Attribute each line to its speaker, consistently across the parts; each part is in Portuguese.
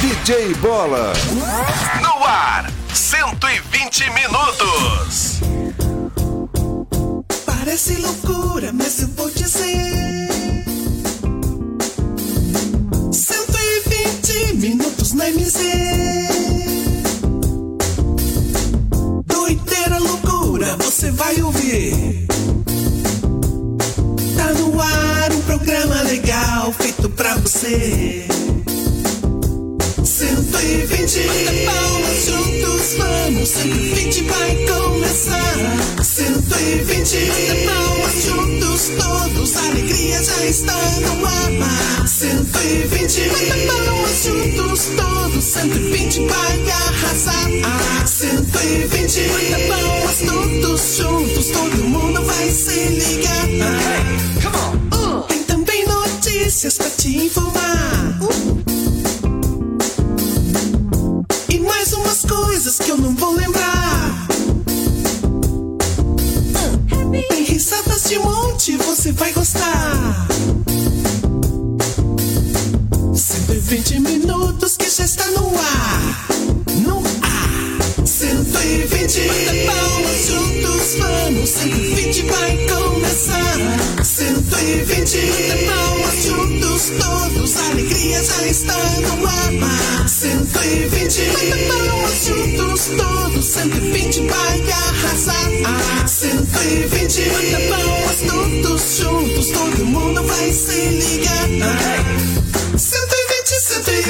Speaker 1: DJ Bola.
Speaker 2: No ar, 120 minutos.
Speaker 3: Parece loucura, mas eu vou dizer. 120 minutos na MZ. Doideira, loucura, você vai ouvir. Tá no ar um programa legal feito pra você. 120 Manda palmas juntos, vamos 120 vai começar 120 Manda palmas juntos, todos a alegria já está no ar 120 Manda palmas juntos, todos 120 vai arrasar 120 Manda palmas todos juntos, todo mundo vai se ligar Tem também notícias pra te informar e mais umas coisas que eu não vou lembrar. Tem risadas de monte, você vai gostar. 120 minutos que já está no ar. No ar. 120. Manda palmas juntos, vamos. 120 vai começar. 120. Manda palmas juntos, todos. A alegria já está no ar. 120. Manda palmas juntos, todos. 120 vai arrasar. 120. Manda palmas todos juntos, todo mundo vai se ligar.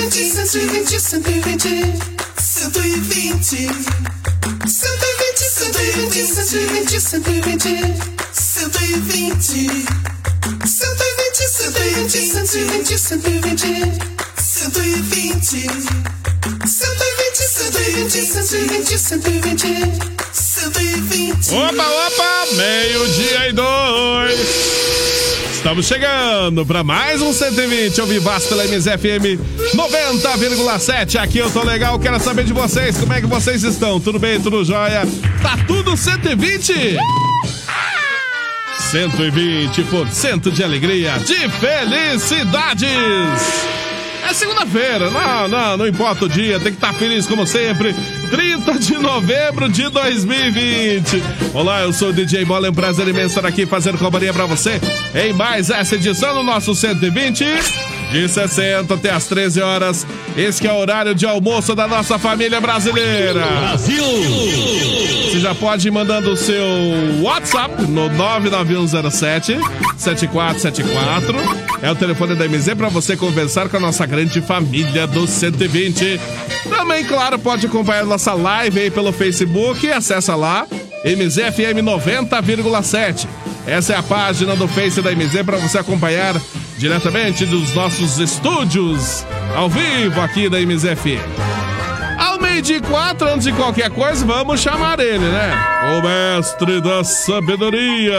Speaker 3: 120, 120, 120, 120, 120. 120, 120, 120, 120, 120. 120, 120, 120, 120, 120. 120, 120, 120, 120, 120.
Speaker 4: Opa, opa, meio-dia e dois. Estamos chegando para mais um 120 ao Vivaço pela MZFM 90,7. Aqui eu tô legal, quero saber de vocês, como é que vocês estão? Tudo bem, tudo jóia? Tá tudo 120? 120% de alegria, de felicidades! É segunda-feira, não, não, não importa o dia, tem que estar feliz como sempre. 30 de novembro de 2020. Olá, eu sou o DJ Bola, é um prazer imenso estar aqui fazendo companhia pra você em mais essa edição do nosso 120 de 60 até as 13 horas. Esse que é o horário de almoço da nossa família brasileira. Você já pode ir mandando o seu WhatsApp no 99107 7474. É o telefone da MZ para você conversar com a nossa grande família do 120. Também, claro, pode acompanhar nossa live aí pelo Facebook. Acessa lá MZFM 90,7. Essa é a página do Face da MZ para você acompanhar diretamente dos nossos estúdios ao vivo aqui da MZFM. Ao meio de quatro, antes de qualquer coisa, vamos chamar ele, né? O mestre da sabedoria.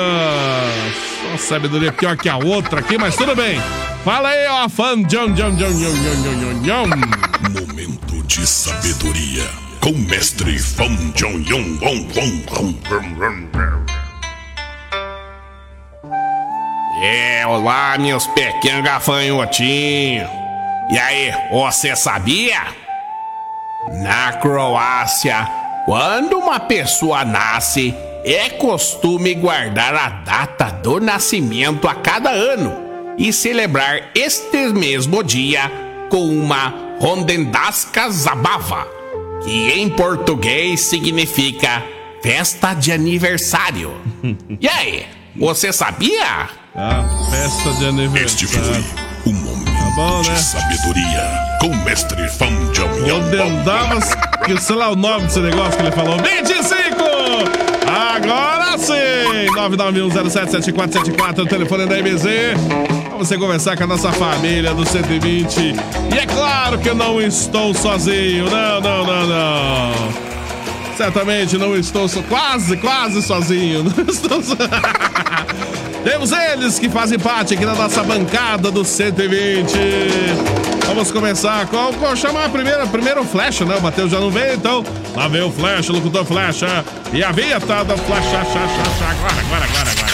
Speaker 4: Só sabedoria pior que a outra aqui, mas tudo bem. Fala aí, ó, fã. John, John, John, John, John, John, John.
Speaker 2: Momento de sabedoria com o mestre Fam Jong Yong Wong Wong Wong Wong Wong Wong. É, olá, meus pequenos gafanhotinhos. E aí, você sabia? Na Croácia, quando uma pessoa nasce, é costume guardar a data do nascimento a cada ano e celebrar este mesmo dia com uma Rondendasca Zabava, que em português significa festa de aniversário. E aí, você sabia?
Speaker 4: A festa de
Speaker 2: Este foi
Speaker 4: aniversário.
Speaker 2: o momento
Speaker 4: bom, né?
Speaker 2: de sabedoria com o mestre Fam Jong
Speaker 4: Eu dendavas, que sei lá o nome desse negócio que ele falou. 25! Agora sim! 991077474 é o telefone da MZ. Pra você conversar com a nossa família do 120. E é claro que eu não estou sozinho. Não, não, não, não. Certamente não estou so... quase, quase sozinho. Não estou so... Temos eles que fazem parte aqui da nossa bancada do 120. Vamos começar com. Vou chamar primeiro, primeiro o Flecha, né? O Matheus já não veio, então. Lá vem o é. Flecha, o locutor Flecha. E a vinheta do Flecha, xa, xa, xa. Agora, agora, agora, agora.
Speaker 1: Agora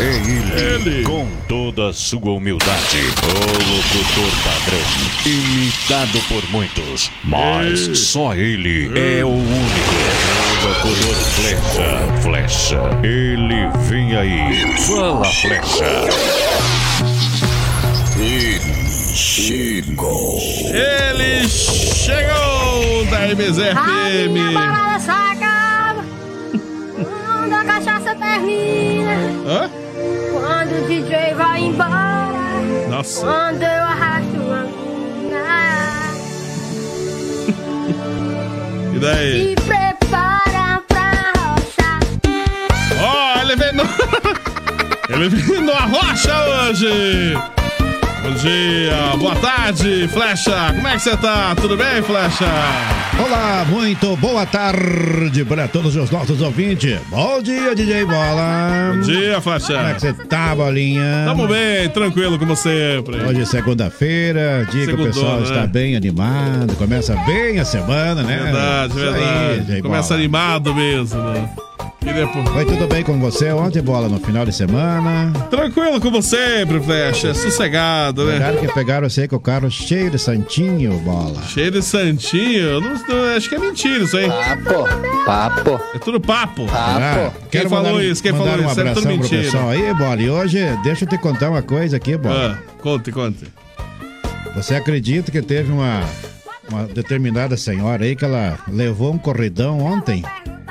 Speaker 1: é ele, com toda a sua humildade, o locutor padrão, imitado por muitos, mas
Speaker 5: Ei.
Speaker 1: só ele é o único. O locutor flecha, flecha, ele vem aí, fala flecha.
Speaker 2: Ele chegou.
Speaker 4: Ele chegou
Speaker 6: Tá
Speaker 4: da
Speaker 7: A minha
Speaker 4: MZFM.
Speaker 7: balada só acaba quando a cachaça termina.
Speaker 4: Hã?
Speaker 7: Quando o DJ vai embora.
Speaker 4: Nossa.
Speaker 7: Quando eu arrasto uma mina.
Speaker 4: E daí?
Speaker 7: Se prepara pra rochar.
Speaker 4: Ó, ele vem no... ele vem no Arrocha hoje. Bom dia, boa tarde, Flecha. Como é que você tá? Tudo bem, Flecha?
Speaker 8: Olá, muito boa tarde para todos os nossos ouvintes. Bom dia, DJ Bola. Bom
Speaker 4: dia, Flecha.
Speaker 8: Como é que você tá, Bolinha?
Speaker 4: Tamo bem, tranquilo como sempre.
Speaker 8: Hoje é segunda-feira, dia que o
Speaker 4: Segundou,
Speaker 8: pessoal
Speaker 4: né?
Speaker 8: está bem animado, começa bem a semana, né?
Speaker 4: Verdade,
Speaker 8: Isso aí,
Speaker 4: verdade.
Speaker 8: DJ
Speaker 4: Começa
Speaker 8: Bola.
Speaker 4: animado mesmo, né? E depois...
Speaker 8: Foi tudo bem com você ontem, Bola, no final de semana?
Speaker 4: Tranquilo como sempre,
Speaker 8: É
Speaker 4: Flecha. Sossegado, né?
Speaker 8: Pegaram que pegaram você com o carro cheio de santinho, Bola.
Speaker 4: Cheio de santinho, eu não, eu acho que é mentira isso aí. Papo,
Speaker 8: papo.
Speaker 4: É tudo papo.
Speaker 8: Ah,
Speaker 4: Quem
Speaker 8: quero
Speaker 4: falou
Speaker 8: mandar-
Speaker 4: isso? Quem falou
Speaker 8: mandar
Speaker 4: isso?
Speaker 8: Um
Speaker 4: É tudo
Speaker 8: abração pro
Speaker 4: mentira.
Speaker 8: pessoal aí, Bola. E hoje, deixa eu te contar uma coisa aqui, Bola.
Speaker 4: Ah, conte, conte.
Speaker 8: Você acredita que teve uma, uma determinada senhora aí que ela levou um corridão ontem?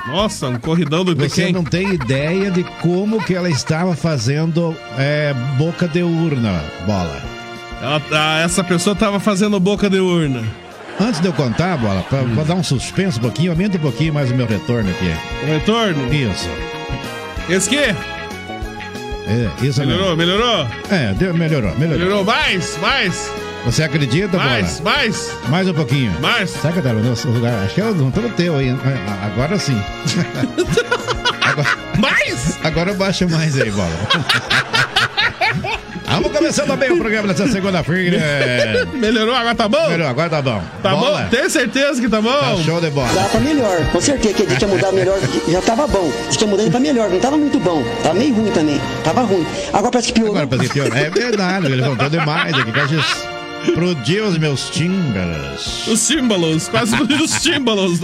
Speaker 4: Nossa, um corridão do
Speaker 8: Você
Speaker 4: quem?
Speaker 8: não tem ideia de como que ela estava fazendo é, boca de urna, bola.
Speaker 4: Ela- ah, essa pessoa tava fazendo boca de urna.
Speaker 8: Antes de eu contar, bola, pra, pra dar um suspense um pouquinho, aumenta um pouquinho mais o meu retorno aqui.
Speaker 4: O retorno?
Speaker 8: Isso.
Speaker 4: Esse quê?
Speaker 8: É, isso
Speaker 4: Melhorou,
Speaker 8: mesmo.
Speaker 4: melhorou?
Speaker 8: É, deu- melhorou, melhorou.
Speaker 4: Melhorou mais, mais,
Speaker 8: Você acredita,
Speaker 4: mais,
Speaker 8: bola?
Speaker 4: mais.
Speaker 8: Mais um pouquinho.
Speaker 4: Mais.
Speaker 8: Sabe, Catarina, nosso lugar. Acho que eu não tô no teu aí. Ah, Agora sim.
Speaker 4: mais?
Speaker 8: Agora baixa mais aí, bola. Vamos começando bem o programa dessa segunda-feira.
Speaker 4: Melhorou, agora tá bom?
Speaker 8: Melhorou, agora tá bom.
Speaker 4: Tá
Speaker 8: Bola?
Speaker 4: bom? Tem certeza que tá bom?
Speaker 8: Tá show de bola.
Speaker 9: Dá pra melhor, com certeza que ele tinha mudado melhor, já tava bom. Diz que ia mudando pra melhor, não tava muito bom. Tava meio ruim também, tava ruim. Agora parece que piorou.
Speaker 8: Agora parece que piorou. É verdade, ele levantou demais aqui. Quase explodiu os meus timbres.
Speaker 4: Os símbolos, quase todos os símbolos.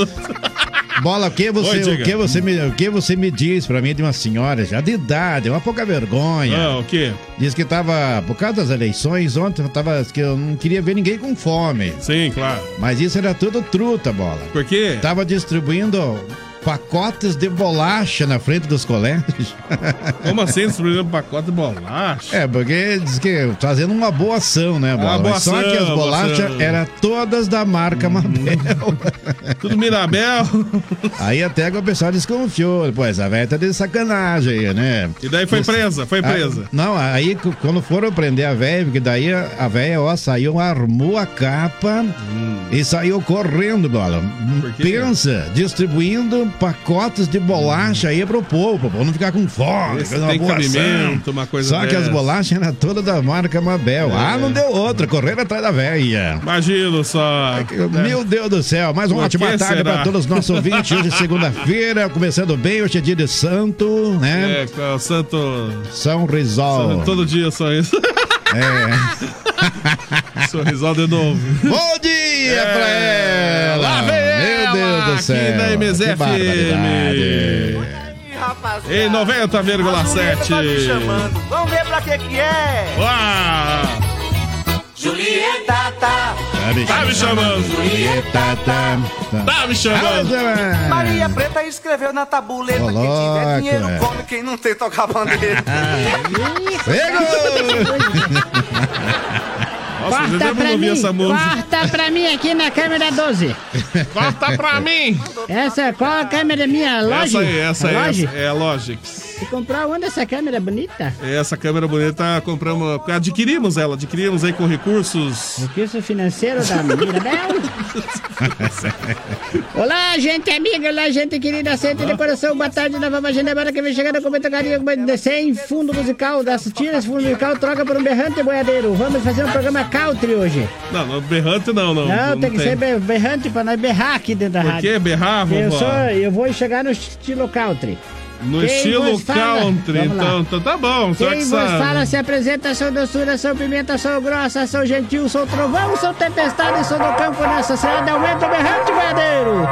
Speaker 8: Bola, o que
Speaker 4: Oi,
Speaker 8: você,
Speaker 4: diga.
Speaker 8: o que você, me, o que você me diz pra mim de uma senhora já de idade, uma pouca vergonha?
Speaker 4: Ah, o quê?
Speaker 8: Diz que tava, por causa das eleições ontem, tava, diz que eu não queria ver ninguém com fome.
Speaker 4: Sim, claro.
Speaker 8: Mas isso era tudo truta, bola.
Speaker 4: Por quê?
Speaker 8: Tava distribuindo pacotes de bolacha na frente dos colégios.
Speaker 4: Como assim distribuindo pacote de bolacha?
Speaker 8: É, porque diz que fazendo uma boa ação, né, Bola?
Speaker 4: Ah, boa
Speaker 8: Mas Só
Speaker 4: ação,
Speaker 8: que as
Speaker 4: boa
Speaker 8: bolachas
Speaker 4: ação.
Speaker 8: eram todas da marca Mabel.
Speaker 4: Tudo Mirabel.
Speaker 8: aí até que o pessoal desconfiou. Pô, essa velha tá de sacanagem aí, né?
Speaker 4: E daí foi
Speaker 8: Mas-
Speaker 4: presa, foi
Speaker 8: Ah,
Speaker 4: presa.
Speaker 8: não, aí c- quando foram prender a velha, porque daí a a velha, ó, saiu, armou a capa e saiu correndo, Bola.
Speaker 4: Hum. quê?
Speaker 8: Pensa, distribuindo pacotes de bolacha aí pro povo, pro povo não ficar com fome.
Speaker 4: Esse
Speaker 8: fazer uma
Speaker 4: tem
Speaker 8: boa ação.
Speaker 4: cabimento, uma coisa
Speaker 8: Só que as
Speaker 4: dessa. É.
Speaker 8: bolachas eram todas da marca Mabel. Ah, não deu outra, correram atrás da velha.
Speaker 4: Imagino só.
Speaker 8: É
Speaker 4: É.
Speaker 8: Meu Deus do céu, mais uma
Speaker 4: Né? Por
Speaker 8: ótima
Speaker 4: que
Speaker 8: tarde
Speaker 4: será?
Speaker 8: para todos os nossos ouvintes. Hoje é segunda-feira, começando bem, hoje é dia de santo, né?
Speaker 4: É, com o santo.
Speaker 8: São Rizal.
Speaker 4: Todo dia só isso. É. Sorrisal de novo. É.
Speaker 8: Bom dia pra ela!
Speaker 4: Lá vem
Speaker 8: Meu
Speaker 4: ela,
Speaker 8: Deus do
Speaker 4: aqui
Speaker 8: céu!
Speaker 4: na MZFM.
Speaker 8: Que barbaridade.
Speaker 4: Em 90,7.
Speaker 10: Vamos ver pra que que é.
Speaker 4: Uá!
Speaker 10: Julieta tá.
Speaker 4: Tá me chamando.
Speaker 8: Julieta, tá, tá.
Speaker 4: Tá me chamando.
Speaker 10: Maria Preta escreveu na tabuleta
Speaker 8: Ô,
Speaker 10: que tiver
Speaker 8: louco,
Speaker 10: dinheiro
Speaker 8: é.
Speaker 10: come, quem não tem toca a bandeira.
Speaker 4: Nossa, eu
Speaker 11: Corta
Speaker 4: lembro
Speaker 11: pra
Speaker 4: não
Speaker 11: mim,
Speaker 4: ouvir essa música.
Speaker 11: corta pra mim aqui na câmera 12.
Speaker 4: Corta pra mim.
Speaker 11: Essa, qual a câmera minha? Loge?
Speaker 4: Essa aí, essa aí.
Speaker 11: A Loge?
Speaker 4: essa- É a Logix. É,
Speaker 11: Você comprou onde essa câmera é bonita?
Speaker 4: Essa câmera bonita ah, compramos, adquirimos ela, adquirimos aí com recursos.
Speaker 11: Recurso financeiro da né? Mirabel. Olá, gente amiga, olá, gente querida, sente de coração, boa tarde, da Vava Genebara, que vem chegando com muita carinho, com muito sem fundo musical, das tiras, fundo musical, troca por um berrante boiadeiro. Vamos fazer um programa country hoje.
Speaker 4: Não, não berrante não, não.
Speaker 11: Não, tem que ser be- berrante pra nós berrar aqui dentro da
Speaker 4: Por
Speaker 11: rádio.
Speaker 4: que berrar,
Speaker 11: É. Eu,
Speaker 4: vovó?
Speaker 11: sou, eu vou chegar no estilo country.
Speaker 4: No
Speaker 11: Quem
Speaker 4: estilo
Speaker 11: vos fala?
Speaker 4: country.
Speaker 11: Vamos lá.
Speaker 4: Então, então tá bom, só
Speaker 11: Quem
Speaker 4: que
Speaker 11: vos
Speaker 4: sabe.
Speaker 11: fala se apresenta, sou doçura, sou pimenta, sou grossa, sou gentil, sou trovão, sou tempestade, sou do campo, nessa cidade aumenta o berrante, boiadeiro.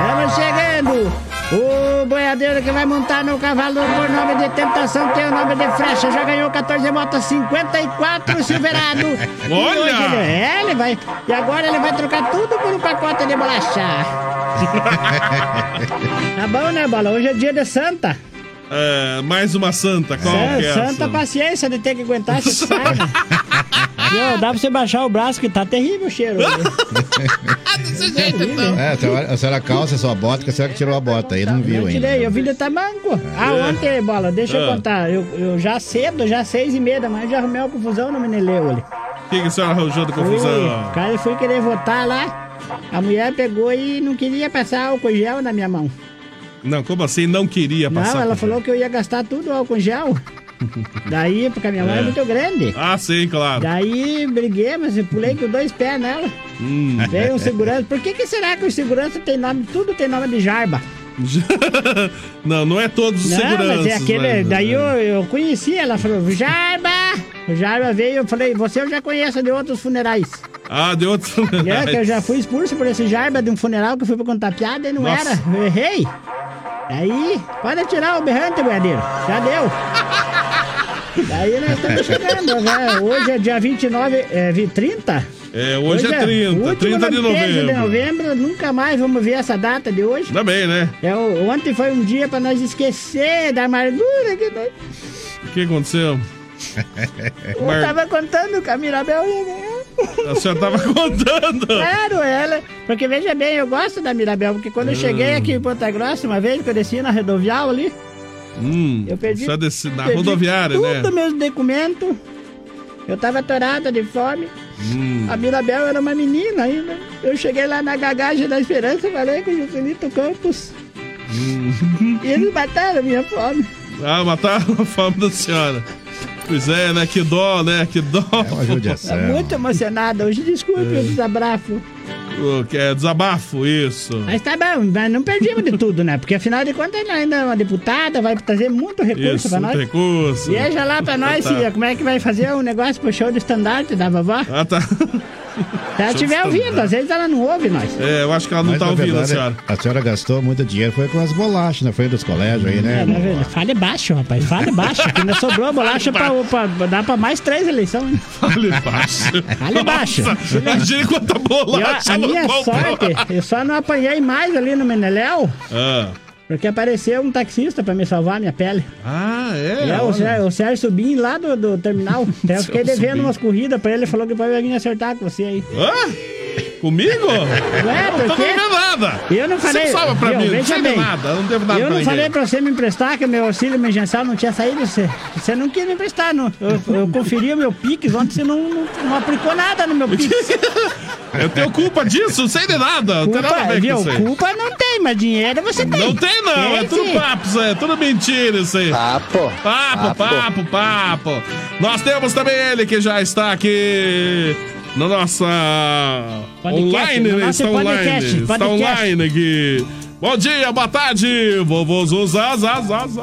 Speaker 11: Vamos chegando. O boiadeiro que vai montar no cavalo por nome de tentação tem o nome de frecha, já ganhou 14 motos, 54 Silverado. E
Speaker 4: Olha!
Speaker 11: hoje ele- é, ele vai. E agora ele vai trocar tudo por um pacote de bolacha. tá bom, né, Bola? Hoje é dia de Santa.
Speaker 4: É, mais uma santa, qual
Speaker 11: San-
Speaker 4: que é?
Speaker 11: santa
Speaker 4: essa?
Speaker 11: paciência de ter que aguentar esse saco. Meu, dá pra você baixar o braço que tá terrível o cheiro.
Speaker 8: É, a senhora, a senhora calça sua bota, que a senhora que tirou a bota aí, não viu
Speaker 11: Eu
Speaker 8: ainda.
Speaker 11: tirei, eu vim de tamanco. Ah, ontem, bola, deixa eu
Speaker 4: é? Ah.
Speaker 11: contar. Eu, eu já cedo, já seis e meia da manhã, já arrumei uma confusão no Meneleu ali.
Speaker 4: O que, que a senhora arranjou da
Speaker 11: Fui-
Speaker 4: confusão?
Speaker 11: O cara foi querer votar lá. A mulher pegou e não queria passar álcool gel na minha mão.
Speaker 4: Não, como assim? Não queria
Speaker 11: Não,
Speaker 4: passar.
Speaker 11: ela
Speaker 4: por-
Speaker 11: falou que eu ia gastar tudo o álcool gel. Daí, porque a minha mão é,
Speaker 4: É.
Speaker 11: muito grande.
Speaker 4: Ah, sim, claro.
Speaker 11: Daí briguei, mas eu pulei com dois pés nela.
Speaker 4: Hum.
Speaker 11: Veio um segurança. Por que, que será que o segurança tem nome, tudo tem nome de Jarba?
Speaker 4: não, não é todos os
Speaker 11: Não,
Speaker 4: seguranças. né?
Speaker 11: mas é aquele.
Speaker 4: mas-
Speaker 11: Daí eu, eu conheci, ela falou, Jarba! O Jarba veio, eu falei, você eu já conheço de outros funerais.
Speaker 4: Ah, de outro.
Speaker 11: E é que eu já fui expulso por esse Jarba de um funeral que eu fui pra contar piada e não
Speaker 4: Nossa.
Speaker 11: era. Eu errei. Aí, pode tirar o berrante, boiadeiro. Já deu. Daí nós estamos chegando, né? Hoje é dia 29, é vi- 30?
Speaker 4: É, hoje, é 30,
Speaker 11: última
Speaker 4: 30 de
Speaker 11: notícia
Speaker 4: novembro.
Speaker 11: novembro, Nunca mais vamos ver essa data de hoje.
Speaker 4: Ainda bem, né?
Speaker 11: É, o- ontem foi um dia pra nós esquecer da amargura que nós...
Speaker 4: O que aconteceu? É, Mar-
Speaker 11: Eu tava contando que a Mirabel ia ganhar.
Speaker 4: A senhora tava contando.
Speaker 11: Claro, ela. Porque veja bem, eu gosto da Mirabel, porque quando eu cheguei aqui em Ponta Grossa, uma vez que eu desci na rodovial ali,
Speaker 4: Hum,
Speaker 11: eu perdi.
Speaker 4: só desse- na
Speaker 11: perdi
Speaker 4: rodoviária, né?
Speaker 11: tudo meus documentos. Eu tava atorada de fome.
Speaker 4: Hum.
Speaker 11: A Mirabel era uma menina ainda. Eu cheguei lá na gagagem da Esperança, falei com o Juscelito Campos. E eles mataram a minha fome.
Speaker 4: Uhum. Ah, mataram a fome da senhora. Pois é, né? Que dó, né? Que dó.
Speaker 8: É uma judiação.
Speaker 11: Tá muito emocionada hoje, desculpe
Speaker 4: É.
Speaker 11: o desabafo.
Speaker 4: O que é desabafo, isso.
Speaker 11: Mas tá bom, mas não perdemos de tudo, né? Porque afinal de contas ela ainda é uma deputada, vai trazer muito recurso
Speaker 4: Isso,
Speaker 11: pra nós.
Speaker 4: recurso.
Speaker 11: Veja lá pra nós
Speaker 4: Tá.
Speaker 11: se- como é que vai fazer o negócio pro show do estandarte da vovó.
Speaker 4: Ah, tá.
Speaker 11: Se ela estiver ouvindo, às vezes ela não ouve nós.
Speaker 4: É, eu acho que ela não
Speaker 8: Mas,
Speaker 4: tá
Speaker 8: na
Speaker 4: ouvindo a
Speaker 8: verdade,
Speaker 4: senhora.
Speaker 8: A senhora gastou muito dinheiro, foi com as bolachas na frente dos colégios aí, né?
Speaker 11: É, na verdade, fale baixo, rapaz, fale baixo, que ainda sobrou bolacha pra, pra, pra dar pra mais três eleições. hein?
Speaker 4: Fale baixo.
Speaker 11: Fale baixo.
Speaker 4: Nossa, Imagina quanta
Speaker 11: E ó,
Speaker 4: bolacha
Speaker 11: a
Speaker 4: ela
Speaker 11: minha
Speaker 4: comprou.
Speaker 11: sorte, eu só não apanhei mais ali no Meneléu,
Speaker 4: Ah,
Speaker 11: porque apareceu um taxista pra me salvar a minha pele.
Speaker 4: Ah, é?
Speaker 11: É, o,
Speaker 4: olha.
Speaker 11: Sérgio, o Sérgio Subim lá do, do terminal. Até Eu fiquei devendo
Speaker 4: Subim.
Speaker 11: umas corridas pra ele, ele falou que vai vir acertar com você aí.
Speaker 4: Hã? Comigo?
Speaker 11: é- Ué,
Speaker 4: Não tô
Speaker 11: por quê?
Speaker 4: devendo nada.
Speaker 11: Eu não falei.
Speaker 4: Você não salva pra
Speaker 11: Meu,
Speaker 4: mim, não
Speaker 11: veja
Speaker 4: sei de
Speaker 11: bem.
Speaker 4: nada. Eu não devo nada
Speaker 11: eu
Speaker 4: pra
Speaker 11: não
Speaker 4: ninguém.
Speaker 11: falei pra você me emprestar, que meu auxílio emergencial não tinha saído. Você, você não quis me emprestar, não. Eu, eu conferi o meu Pix ontem, você não, não, não aplicou nada no meu Pix.
Speaker 4: Eu tenho culpa disso, não sei de nada. não tem Tá nada a ver
Speaker 11: Culpa,
Speaker 4: com
Speaker 11: viu?
Speaker 4: isso aí.
Speaker 11: Culpa não tem, mas dinheiro você tem.
Speaker 4: Não tem não, é tudo
Speaker 11: sim.
Speaker 4: papo isso aí, é tudo mentira isso aí.
Speaker 9: Papo.
Speaker 4: Papo, papo, papo. Nós temos também ele que já está aqui na nossa
Speaker 11: Podcast,
Speaker 4: online,
Speaker 11: no
Speaker 4: né?
Speaker 11: nosso
Speaker 4: está online,
Speaker 11: podcast,
Speaker 4: está
Speaker 11: podcast.
Speaker 4: online aqui. Bom dia, boa tarde, vovô Zuzá, zá, zá, zá, zá.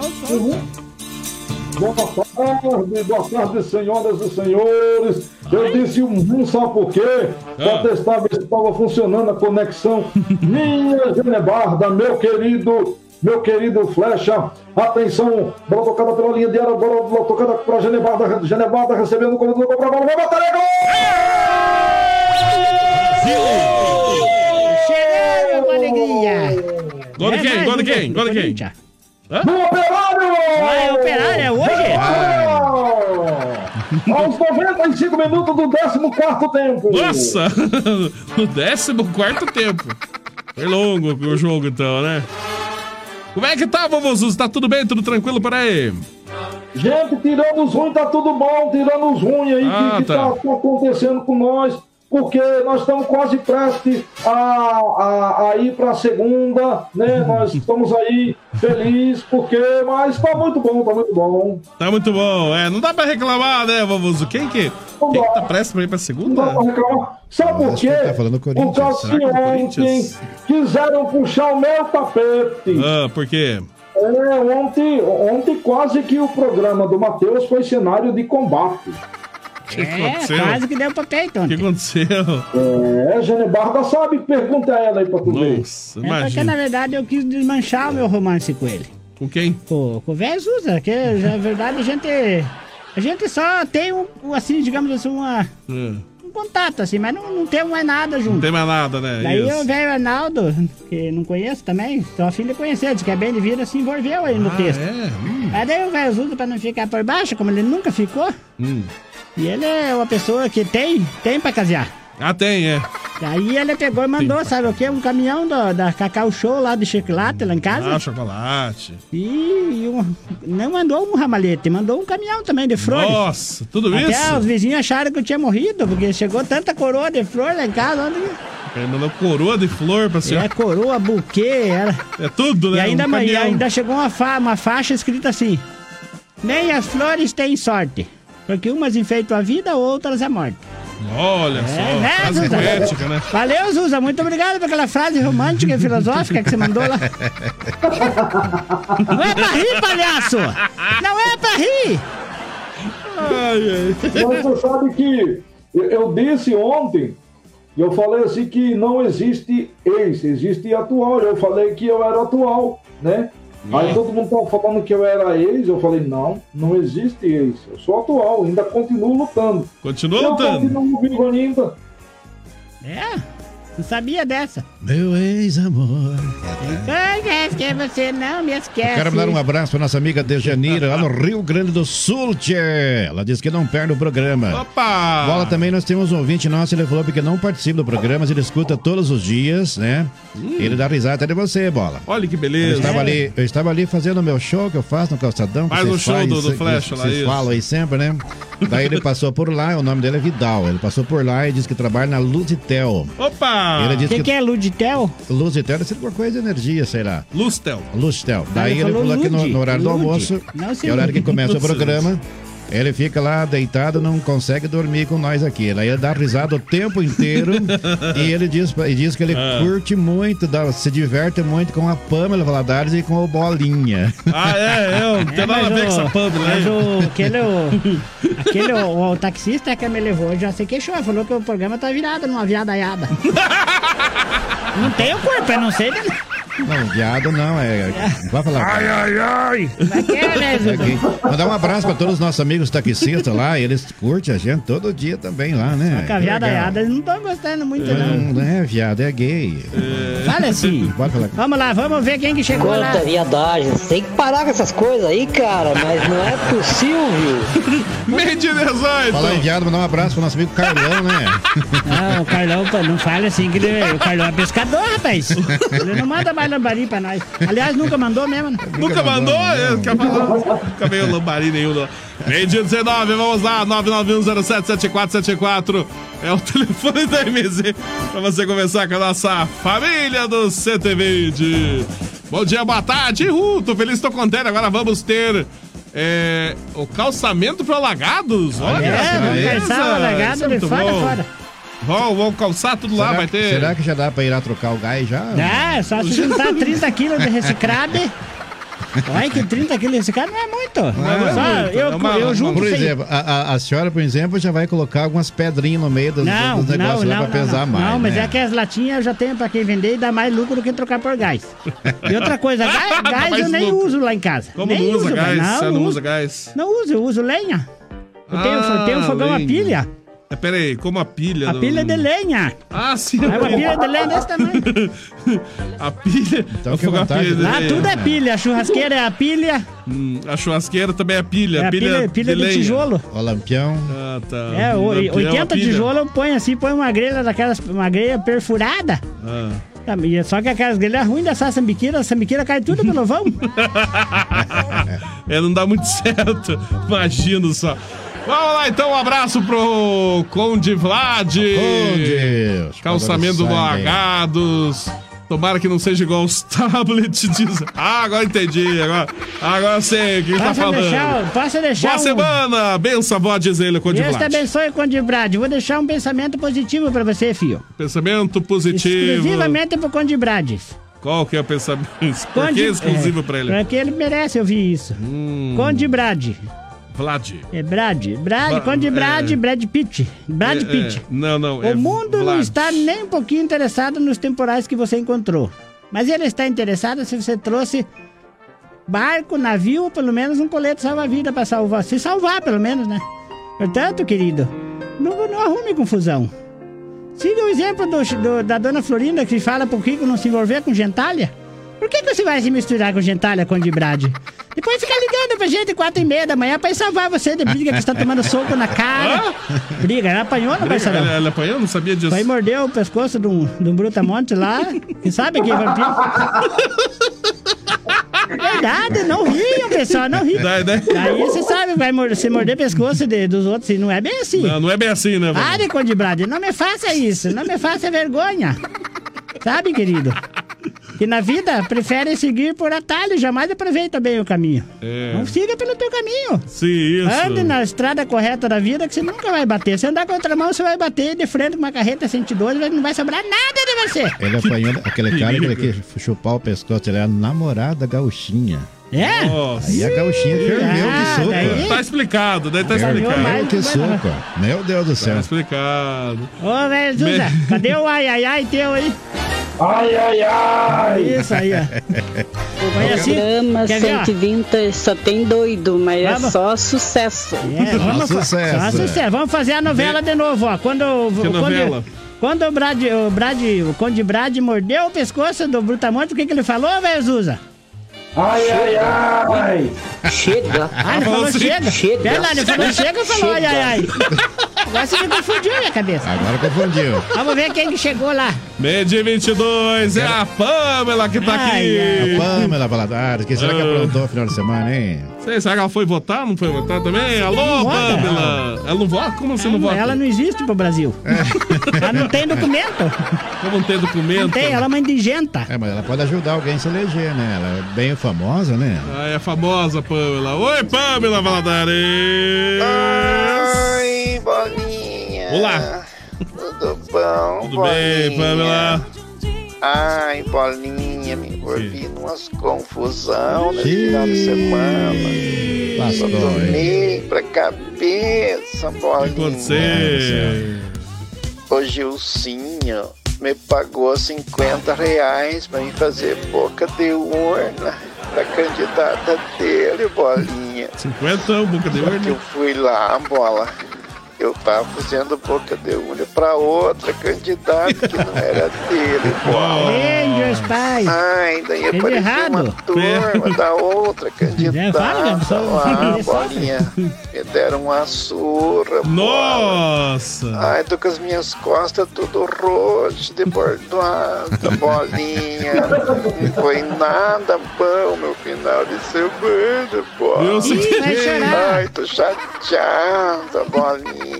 Speaker 5: Boa tarde, boa tarde, senhoras e senhores. Eu disse um, um sabe por quê? Pra
Speaker 4: Ah.
Speaker 5: testar ver se estava funcionando a conexão. Minha Genebarda, meu querido, meu querido Flecha. Atenção, bola tocada pela linha de área, bola, bola tocada para Genebarda. Genebarda recebendo o comando do gol pra bola. Vai bater, é gol!
Speaker 11: Chegamos com alegria.
Speaker 4: Gol de
Speaker 11: É
Speaker 4: quem?
Speaker 11: mais
Speaker 4: Gol de
Speaker 11: um
Speaker 4: quem? Gol de quem?
Speaker 11: Corinthians.
Speaker 5: Do
Speaker 11: Ah, é
Speaker 5: Operário!
Speaker 11: operário, é hoje?
Speaker 5: Aos 95 minutos do 14 tempo.
Speaker 4: Nossa! No 14 tempo. Foi longo o jogo, então, né? Como é que tá, vovô Zuz? Tá tudo bem? Tudo tranquilo por aí?
Speaker 5: Gente, tirando os ruins, tá tudo bom, tirando os ruins aí
Speaker 4: Ah,
Speaker 5: que, que
Speaker 4: tá.
Speaker 5: tá. tá acontecendo com nós, porque nós estamos quase prestes a, a, a ir pra segunda, né? Nós estamos aí felizes, porque, mas tá muito bom, tá muito bom.
Speaker 4: Tá muito bom, é. Não dá pra reclamar, né, Vovozo? Quem que,
Speaker 5: Não
Speaker 4: quem que
Speaker 5: dá.
Speaker 4: tá prestes pra ir pra
Speaker 5: Não dá
Speaker 4: segunda?
Speaker 5: pra reclamar. Sabe por
Speaker 8: acho que
Speaker 5: quê?
Speaker 8: ele tá falando do Corinthians.
Speaker 5: Por causa que
Speaker 4: Será que é do
Speaker 5: ontem
Speaker 4: Corinthians?
Speaker 5: quiseram puxar o meu tapete.
Speaker 4: Ah, por quê?
Speaker 5: É, ontem, ontem quase que o programa do Matheus foi cenário de combate.
Speaker 11: É, quase que deu pra então. peito.
Speaker 4: O que aconteceu?
Speaker 5: É, Genebarda sabe, pergunta a ela aí pra tu ver.
Speaker 4: Nossa,
Speaker 11: É porque, na
Speaker 4: imagina.
Speaker 11: verdade, eu quis desmanchar o meu romance com ele.
Speaker 4: Com quem?
Speaker 11: Com, com o velho Zuza, que na verdade a gente. A gente só tem um, um, assim, digamos assim, uma-
Speaker 4: Não
Speaker 11: um contato, assim, mas não, não temos mais nada junto.
Speaker 4: tem mais nada, né?
Speaker 11: Daí
Speaker 4: Isso.
Speaker 11: o velho Arnaldo, que não conheço também, tô afim de conhecer, diz que é bem de vida, se envolveu aí no
Speaker 4: Ah,
Speaker 11: texto.
Speaker 4: é? Hum.
Speaker 11: Mas daí o velho Zuza, pra não ficar por baixo, como ele nunca ficou,
Speaker 4: Hum.
Speaker 11: e ele é uma pessoa que tem, tem pra casear.
Speaker 4: Ah, tem, é.
Speaker 11: Daí ele pegou e mandou, sabe o quê? Um caminhão do- da Cacau Show lá de chocolate lá em casa.
Speaker 4: Ah, chocolate.
Speaker 11: E, e um- não mandou um ramalhete, mandou um caminhão também de flores.
Speaker 4: Nossa, tudo
Speaker 11: Até os
Speaker 4: isso?
Speaker 11: vizinhos acharam que eu tinha morrido, porque chegou tanta coroa de flor lá em casa. Onde...
Speaker 4: Ele mandou coroa de flor pra
Speaker 11: É
Speaker 4: senhora.
Speaker 11: coroa, buquê, era...
Speaker 4: É, tudo, né?
Speaker 11: E ainda,
Speaker 4: Um
Speaker 11: ma- e
Speaker 4: caminhão.
Speaker 11: ainda chegou uma, fa- uma faixa escrita assim: Nem as flores têm sorte, porque umas enfeitam a vida, outras a morte.
Speaker 4: Olha
Speaker 11: É,
Speaker 4: só,
Speaker 11: né,
Speaker 4: frase
Speaker 11: Zuza?
Speaker 4: poética, né?
Speaker 11: Valeu, Zuza, muito obrigado por aquela frase romântica e filosófica que você mandou lá. Não é pra rir, palhaço! Não é pra rir!
Speaker 5: Mas você sabe que eu- eu disse ontem, eu falei assim que não existe ex, existe atual. Eu falei que eu era atual, né? Aí todo mundo tava falando que eu era ex, eu falei, não, não existe ex, eu sou atual, ainda continuo lutando.
Speaker 4: Continua
Speaker 5: eu
Speaker 4: lutando.
Speaker 5: continuo vivo ainda.
Speaker 11: É, não sabia dessa.
Speaker 8: Meu ex-amor.
Speaker 11: É, Coisas que você não me esquece.
Speaker 8: Quero mandar um abraço pra nossa amiga Dejanira, lá no Rio Grande do Sul, tchê. Ela disse que não perde o programa.
Speaker 4: Opa!
Speaker 8: Bola também, nós temos um ouvinte nosso, ele falou porque não participa do programa, mas ele escuta todos os dias, né? Ele dá risada até de você, Bola.
Speaker 4: Olha que
Speaker 8: Eu
Speaker 4: beleza.
Speaker 8: estava, ali, eu estava ali fazendo o meu show que eu faço no Calçadão. que
Speaker 4: Faz
Speaker 8: vocês
Speaker 4: o show
Speaker 8: fazem,
Speaker 4: do- do
Speaker 8: vocês-
Speaker 4: Flash lá,
Speaker 8: Vocês
Speaker 4: isso.
Speaker 8: falam aí sempre, né? Daí ele passou por lá, o nome dele é Vidal. Ele passou por lá e disse que trabalha na Luzitel.
Speaker 4: Opa!
Speaker 8: Ele
Speaker 11: O
Speaker 8: disse
Speaker 11: que, que é Luditel?
Speaker 8: Luzitel deve ser alguma coisa de energia, sei lá.
Speaker 4: Lustel.
Speaker 8: Luzitel. Daí
Speaker 11: Ah, ele
Speaker 8: ele
Speaker 11: falou
Speaker 8: falou que no,
Speaker 11: Lude,
Speaker 8: no horário do
Speaker 11: Lude.
Speaker 8: almoço,
Speaker 11: Não,
Speaker 8: que é o horário que
Speaker 11: sim.
Speaker 8: começa o
Speaker 4: Lude.
Speaker 8: programa, ele fica lá deitado, não consegue dormir com nós aqui. Daí ele dá risada o tempo inteiro e ele diz, pra- e diz que ele
Speaker 4: Ah.
Speaker 8: curte muito, dá- se diverte muito com a Pamela Valadares e com o Bolinha.
Speaker 4: Ah, é, é. Não tem nada a ver com essa pub,
Speaker 11: Mas
Speaker 4: né?
Speaker 11: o, aquele, o, aquele o, o taxista é que me levou já se queixou, falou que o programa tá virado numa viadaiada. não tem o corpo, eu não sei. de-
Speaker 8: Não, viado não, é. não Vai falar.
Speaker 11: Mas que é mesmo?
Speaker 8: Aqui. Mandar um abraço pra todos os nossos amigos taxistas lá, eles curtem a gente todo dia também lá, né?
Speaker 11: Com a
Speaker 8: Que legal.
Speaker 11: viadaiada, eles não estão gostando muito, não.
Speaker 8: Não, não é viado, é gay.
Speaker 11: Fala assim.
Speaker 8: Pode falar.
Speaker 11: Vamos lá, vamos ver quem que chegou lá.
Speaker 12: Quanta viadagem, Você tem que parar com essas coisas aí, cara, mas não é possível.
Speaker 4: Meio de 18.
Speaker 8: Falar em viado, mandar um abraço pro nosso amigo Carlão, né?
Speaker 11: Não, o Carlão, pô, não fala assim que ele, o Carlão é pescador, rapaz. Ele é não manda mais lambari pra nós. Aliás, nunca mandou mesmo, né?
Speaker 4: Nunca mandou?
Speaker 8: mandou,
Speaker 12: né?
Speaker 4: É, Quer falar? Nunca veio lambari nenhum, não. Meio dia 19, vamos lá, 991077474 é o telefone da MZ pra você conversar com a nossa família do CTVD. Bom dia, boa tarde, uh, tô feliz, tô contente, agora vamos ter é, o calçamento para alagados, olha, que
Speaker 11: É, vamos
Speaker 4: beleza.
Speaker 11: calçar o
Speaker 4: Isso
Speaker 11: alagado
Speaker 4: é
Speaker 11: de
Speaker 4: muito
Speaker 11: fora a
Speaker 4: bom.
Speaker 11: fora.
Speaker 4: Vão, vão calçar tudo lá,
Speaker 8: será,
Speaker 4: vai ter...
Speaker 8: será que já dá pra ir lá trocar o gás já?
Speaker 11: É, só se juntar 30 quilos de reciclado. Olha que 30 quilos de reciclado não é muito.
Speaker 4: é
Speaker 11: só
Speaker 4: muito,
Speaker 11: eu,
Speaker 4: é uma-
Speaker 11: eu junto
Speaker 8: Por
Speaker 11: sem-
Speaker 8: exemplo, a, a- a senhora, por exemplo, já vai colocar algumas pedrinhas no meio dos,
Speaker 11: Não,
Speaker 8: dos
Speaker 11: não,
Speaker 8: negócios
Speaker 11: não,
Speaker 8: lá
Speaker 11: não,
Speaker 8: pra pesar
Speaker 11: não.
Speaker 8: mais.
Speaker 11: Não, mas
Speaker 8: né?
Speaker 11: é que as latinhas eu já tenho pra quem vender e dá mais lucro do que trocar por gás. E outra coisa, gás,
Speaker 4: Dá
Speaker 11: gás
Speaker 4: mais
Speaker 11: eu nem
Speaker 4: lucro.
Speaker 11: uso lá em casa.
Speaker 4: Como
Speaker 11: nem
Speaker 4: não usa
Speaker 11: uso,
Speaker 4: gás?
Speaker 11: Não,
Speaker 4: Você não
Speaker 11: uso.
Speaker 4: usa gás?
Speaker 11: Não uso, eu uso lenha. Eu tenho,
Speaker 4: Ah,
Speaker 11: eu tenho um fogão
Speaker 4: lenha.
Speaker 11: a pilha.
Speaker 4: É, Pera aí, como a pilha...
Speaker 11: A
Speaker 4: do-
Speaker 11: pilha é de lenha.
Speaker 4: Hum. Ah, sim.
Speaker 11: É uma pilha de lenha desse tamanho.
Speaker 4: A pilha.
Speaker 8: Então,
Speaker 4: eu
Speaker 8: que
Speaker 4: vou com a
Speaker 8: vantagem,
Speaker 4: pilha
Speaker 8: né?
Speaker 11: Lá
Speaker 4: de-
Speaker 11: tudo é pilha. A churrasqueira é a pilha.
Speaker 4: Hum, a churrasqueira também é pilha.
Speaker 11: É a pilha, pilha de
Speaker 4: lenha.
Speaker 11: tijolo.
Speaker 8: Ó, Lampião.
Speaker 4: Ah, tá.
Speaker 11: É, o-
Speaker 4: Lampião,
Speaker 11: 80
Speaker 4: pilha.
Speaker 11: tijolos põe assim, põe uma grelha daquelas, uma grelha perfurada.
Speaker 4: Ah.
Speaker 11: Tá, e é Só que aquelas grelhas ruins dessa sambiqueira, a sambiqueira cai tudo pelo vão.
Speaker 4: É, não dá muito certo. Imagino só. Vamos lá, então, um abraço pro Conde Vlad.
Speaker 8: Conde.
Speaker 4: Calçamento do Agados. Tomara que não seja igual os tablets. Diz... Ah, agora entendi. Agora, agora sei o que tá
Speaker 11: Posso
Speaker 4: falando.
Speaker 11: deixar, posso deixar
Speaker 4: Boa
Speaker 11: um...
Speaker 4: semana. Benção, vó, diz ele, é Conde
Speaker 11: Deus te
Speaker 4: Vlad.
Speaker 11: abençoe, Conde Brad. Vou deixar um pensamento positivo pra você, filho.
Speaker 4: Pensamento positivo.
Speaker 11: Exclusivamente pro Conde Brades.
Speaker 4: Qual que é o pensamento? Por que é exclusivo pra ele? Hum.
Speaker 11: Porque ele merece ouvir isso. Conde Brad.
Speaker 4: Vlad.
Speaker 11: É Brad. Brad,
Speaker 4: Ba-
Speaker 11: Conde Brad,
Speaker 4: é.
Speaker 11: Brad Pitt. Brad
Speaker 4: É,
Speaker 11: Pitt.
Speaker 4: é, não, não.
Speaker 11: O mundo não
Speaker 4: Vlad.
Speaker 11: está nem um pouquinho interessado nos temporais que você encontrou. Mas ele está interessado se você trouxe barco, navio, ou pelo menos um colete salva-vida para salvar. Se salvar, pelo menos, né? Portanto, querido, não, não arrume confusão. Siga o exemplo do, do- da dona Florinda que fala pro Kiko não se envolver com gentalha. Por que, que você vai se misturar com gentalha, Conde Brad? Depois fica ligando pra gente quatro e meia da manhã pra ir salvar você de briga que você tá tomando soco na cara. Briga, ela apanhou, não vai
Speaker 4: Briga,
Speaker 11: saber.
Speaker 4: ela, ela apanhou? Não sabia disso.
Speaker 11: Foi morder o pescoço de um, de um brutamonte lá, que sabe que é vampiro. Verdade, não riam, pessoal, não riam.
Speaker 4: Daí, daí-
Speaker 11: Daí você sabe, vai morder, se morder pescoço de- dos outros, e não é bem assim.
Speaker 4: Não, não é bem assim, né, velho?
Speaker 11: Pare, Conde Brade, não me faça isso, não me faça vergonha. Sabe, querido? Que na vida preferem seguir por atalho, jamais aproveita bem o caminho.
Speaker 4: É.
Speaker 11: Não siga pelo teu caminho.
Speaker 4: Sim, isso.
Speaker 11: Ande na estrada correta da vida que você nunca vai bater. Se andar contra a mão, você vai bater de frente com uma carreta 112, mas não vai sobrar nada de você.
Speaker 8: Ele apanhou aquele cara que ele quis chupar o pescoço, ele era a namorada gauchinha.
Speaker 11: É? Ah,
Speaker 8: Aí a gauchinha ferveu de soco.
Speaker 4: Tá explicado, daí tá
Speaker 8: Ferveu
Speaker 4: explicado.
Speaker 8: que soco. Meu Deus do
Speaker 4: Tá
Speaker 8: céu.
Speaker 4: explicado.
Speaker 11: Ô, velho Zuza,
Speaker 4: Me-
Speaker 11: cadê o ai ai ai teu aí?
Speaker 5: Ai, ai, ai!
Speaker 11: Isso aí, ó. Olha assim,
Speaker 13: Programa
Speaker 11: quer ver, ó?
Speaker 13: 120 só tem doido, mas é
Speaker 11: Vamos.
Speaker 13: só sucesso.
Speaker 11: É, vamos, fa- só sucesso. Vamos fazer a novela de novo, ó. Quando, o-
Speaker 13: Que
Speaker 11: quando-
Speaker 13: novela?
Speaker 11: Quando o Brad, o Brad, o Conde Brad mordeu o pescoço do Brutamonte, o que, que ele falou, velho Zuza?
Speaker 5: Ai, ai, ai!
Speaker 11: Chega. Ah, ele falou
Speaker 8: Você-
Speaker 11: chega.
Speaker 8: Chega.
Speaker 11: Pera lá, ele falou chega ou falou ai, ai, ai? Agora você me confundiu minha cabeça.
Speaker 8: Agora confundiu.
Speaker 11: Vamos ver quem que chegou lá.
Speaker 4: Meio de 22, é a Pamela que tá aqui. Ah.
Speaker 8: A Pamela Valadares, que será que aprontou o final de semana, hein?
Speaker 4: Sei, será que ela foi votar? Não foi votar também? Alô,
Speaker 11: não vota.
Speaker 4: Pamela! Ela não vota? Como você não vota?
Speaker 11: Ela não existe pro Brasil.
Speaker 8: É.
Speaker 11: Ela não tem documento.
Speaker 4: Como não tem documento?
Speaker 11: Não tem, ela é uma indigenta.
Speaker 8: É, mas ela pode ajudar alguém a se eleger, né? Ela é bem famosa, né?
Speaker 4: Ah, é a famosa Pamela. Oi, Pamela Valadares!
Speaker 14: Oi, bolinha.
Speaker 4: Olá.
Speaker 14: Tudo bom,
Speaker 4: Tudo
Speaker 14: bolinha?
Speaker 4: bem, Pamela?
Speaker 14: Ai, bolinha, me envolvi numas confusão no final de semana.
Speaker 4: Tá
Speaker 8: Lascou,
Speaker 14: Só tomei pra cabeça, bolinha. O que Ô, Gilcinho, me pagou 50 reais pra me fazer boca de urna da candidata dele, bolinha.
Speaker 4: 50, boca de
Speaker 14: Só que eu
Speaker 4: urna.
Speaker 14: fui lá, bola. Eu tava fazendo boca de olho pra outra candidata que não era dele, bola.
Speaker 11: Beijos, pai.
Speaker 14: Ai, daí
Speaker 11: Fez
Speaker 14: apareceu uma
Speaker 11: errado.
Speaker 14: turma da
Speaker 4: Né?
Speaker 14: outra
Speaker 11: fala,
Speaker 14: candidata
Speaker 11: Gabson.
Speaker 14: lá,
Speaker 11: Ele sofre.
Speaker 14: bolinha. Me deram uma surra,
Speaker 4: Nossa!
Speaker 14: Ai, tô com as minhas costas tudo roxo, de bordoada, bolinha. Não foi nada bom meu final de semana, bola.
Speaker 4: Deus, Ih, vai chorar.
Speaker 14: Ai, tô chateada, bolinha.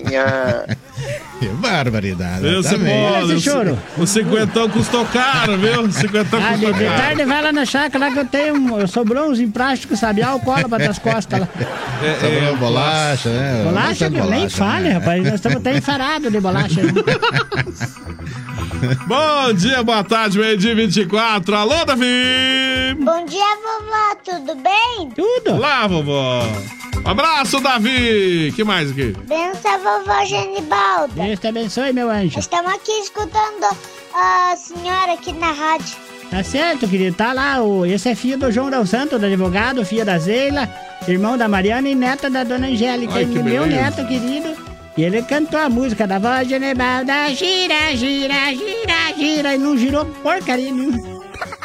Speaker 8: Que barbaridade.
Speaker 4: Eu
Speaker 8: tá
Speaker 4: sei,
Speaker 8: bem.
Speaker 4: bola, O cinquentão custou caro, viu? O cinquentão
Speaker 11: Ah, de,
Speaker 4: custou
Speaker 11: de
Speaker 4: caro.
Speaker 11: tarde vai lá na chácara lá que eu tenho. um- Sobrou uns em plástico, sabe? Ah, o cola pra das costas lá.
Speaker 4: É,
Speaker 8: Sobrou bolacha, né?
Speaker 11: É, Bolacha né? que eu nem fale, rapaz. Nós estamos até enfarados de bolacha. né?
Speaker 4: Bom dia, boa tarde, meio dia 24. Alô, Davi!
Speaker 15: Bom dia, vovó, tudo bem?
Speaker 11: Tudo.
Speaker 4: Lá, vovó. Abraço, Davi! que mais aqui?
Speaker 15: Benção, vovó Genibalda.
Speaker 11: Deus te abençoe, meu anjo.
Speaker 15: Estamos aqui escutando a senhora aqui na rádio.
Speaker 11: Tá certo, querido. Tá lá. O... Esse é filho do João Del Santo, do advogado, filha da Zeila, irmão da Mariana e neta da dona Angélica.
Speaker 16: Ai,
Speaker 11: E
Speaker 16: que
Speaker 11: meu
Speaker 16: beleza.
Speaker 11: neto, querido. E ele cantou a música da voz de Nebalda. Gira, gira, gira, gira. E não girou porcaria nenhuma.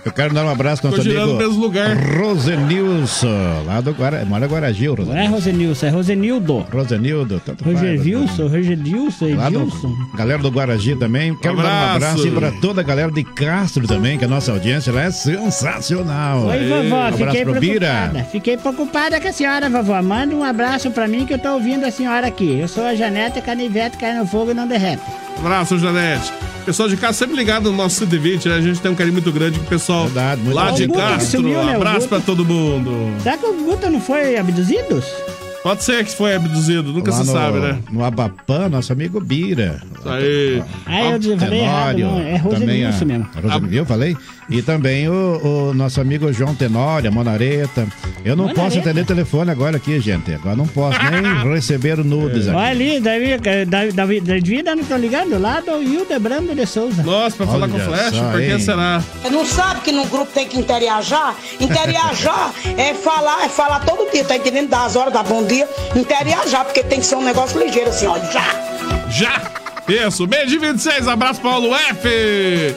Speaker 8: Eu quero dar um abraço ao
Speaker 11: Tô
Speaker 8: nosso
Speaker 11: girando
Speaker 8: amigo
Speaker 11: no mesmo lugar.
Speaker 8: Rosenilson, lá do Guara... Mora Guaragil, Rosenilson.
Speaker 11: Não é Rosenilson, é Rosenildo.
Speaker 8: Rosenildo, tanto
Speaker 11: Roger
Speaker 8: faz,
Speaker 11: Wilson, Roger Dilson,
Speaker 8: Lá do-
Speaker 11: Edilson.
Speaker 8: Galera do Guaragi também, quero dar um
Speaker 4: Abraço.
Speaker 8: abraço e para toda a galera de Castro também, que a nossa audiência lá é sensacional.
Speaker 11: Oi, vovó,
Speaker 8: um
Speaker 11: fiquei
Speaker 8: abraço pro
Speaker 11: preocupada.
Speaker 8: Bira.
Speaker 11: Fiquei preocupada com a senhora, vovó. Manda um abraço pra mim que eu tô ouvindo a senhora aqui. Eu sou a Janete Canivete, cai no fogo e não derrete.
Speaker 4: Um Abraço, Janete. Pessoal de casa sempre ligado no nosso CDVIT, né? A gente tem um carinho muito grande com o pessoal lá
Speaker 11: bom.
Speaker 4: de
Speaker 11: O Guto que
Speaker 4: Castro. Um
Speaker 11: sumiu, né? O
Speaker 4: Abraço
Speaker 11: Guto.
Speaker 4: pra todo mundo.
Speaker 11: Será que o Guto não foi abduzidos?
Speaker 4: Pode ser que foi abduzido, nunca
Speaker 8: Lá
Speaker 4: se
Speaker 8: no-
Speaker 4: sabe, né?
Speaker 8: No Abapã, nosso amigo Bira.
Speaker 4: Aí.
Speaker 11: Aí Ah, eu disse, falei errado,
Speaker 8: Tenório.
Speaker 11: não. É Rosenilson
Speaker 8: também a-
Speaker 11: mesmo.
Speaker 8: a Rosenilson, eu falei. E também o, o nosso amigo João Tenório, a Monareta. Eu não
Speaker 11: Monareta?
Speaker 8: posso atender telefone agora aqui, gente. Agora não posso nem receber nudes
Speaker 4: É.
Speaker 8: aqui.
Speaker 11: Olha ali, eh, Davi, Davi, Davi, Davi não tá ligando lá do Hildebrando de Souza.
Speaker 4: Nossa, pra
Speaker 8: falar com o Flash, só, por que hein? será?
Speaker 16: Você Não sabe que num grupo tem que interiajar? Interiajar é falar, é falar todo dia, tá entendendo? Das horas, da bom dia, interiajar, porque tem que ser um negócio ligeiro assim, ó, já.
Speaker 4: Já! Isso, meio de 26, abraço Paulo F!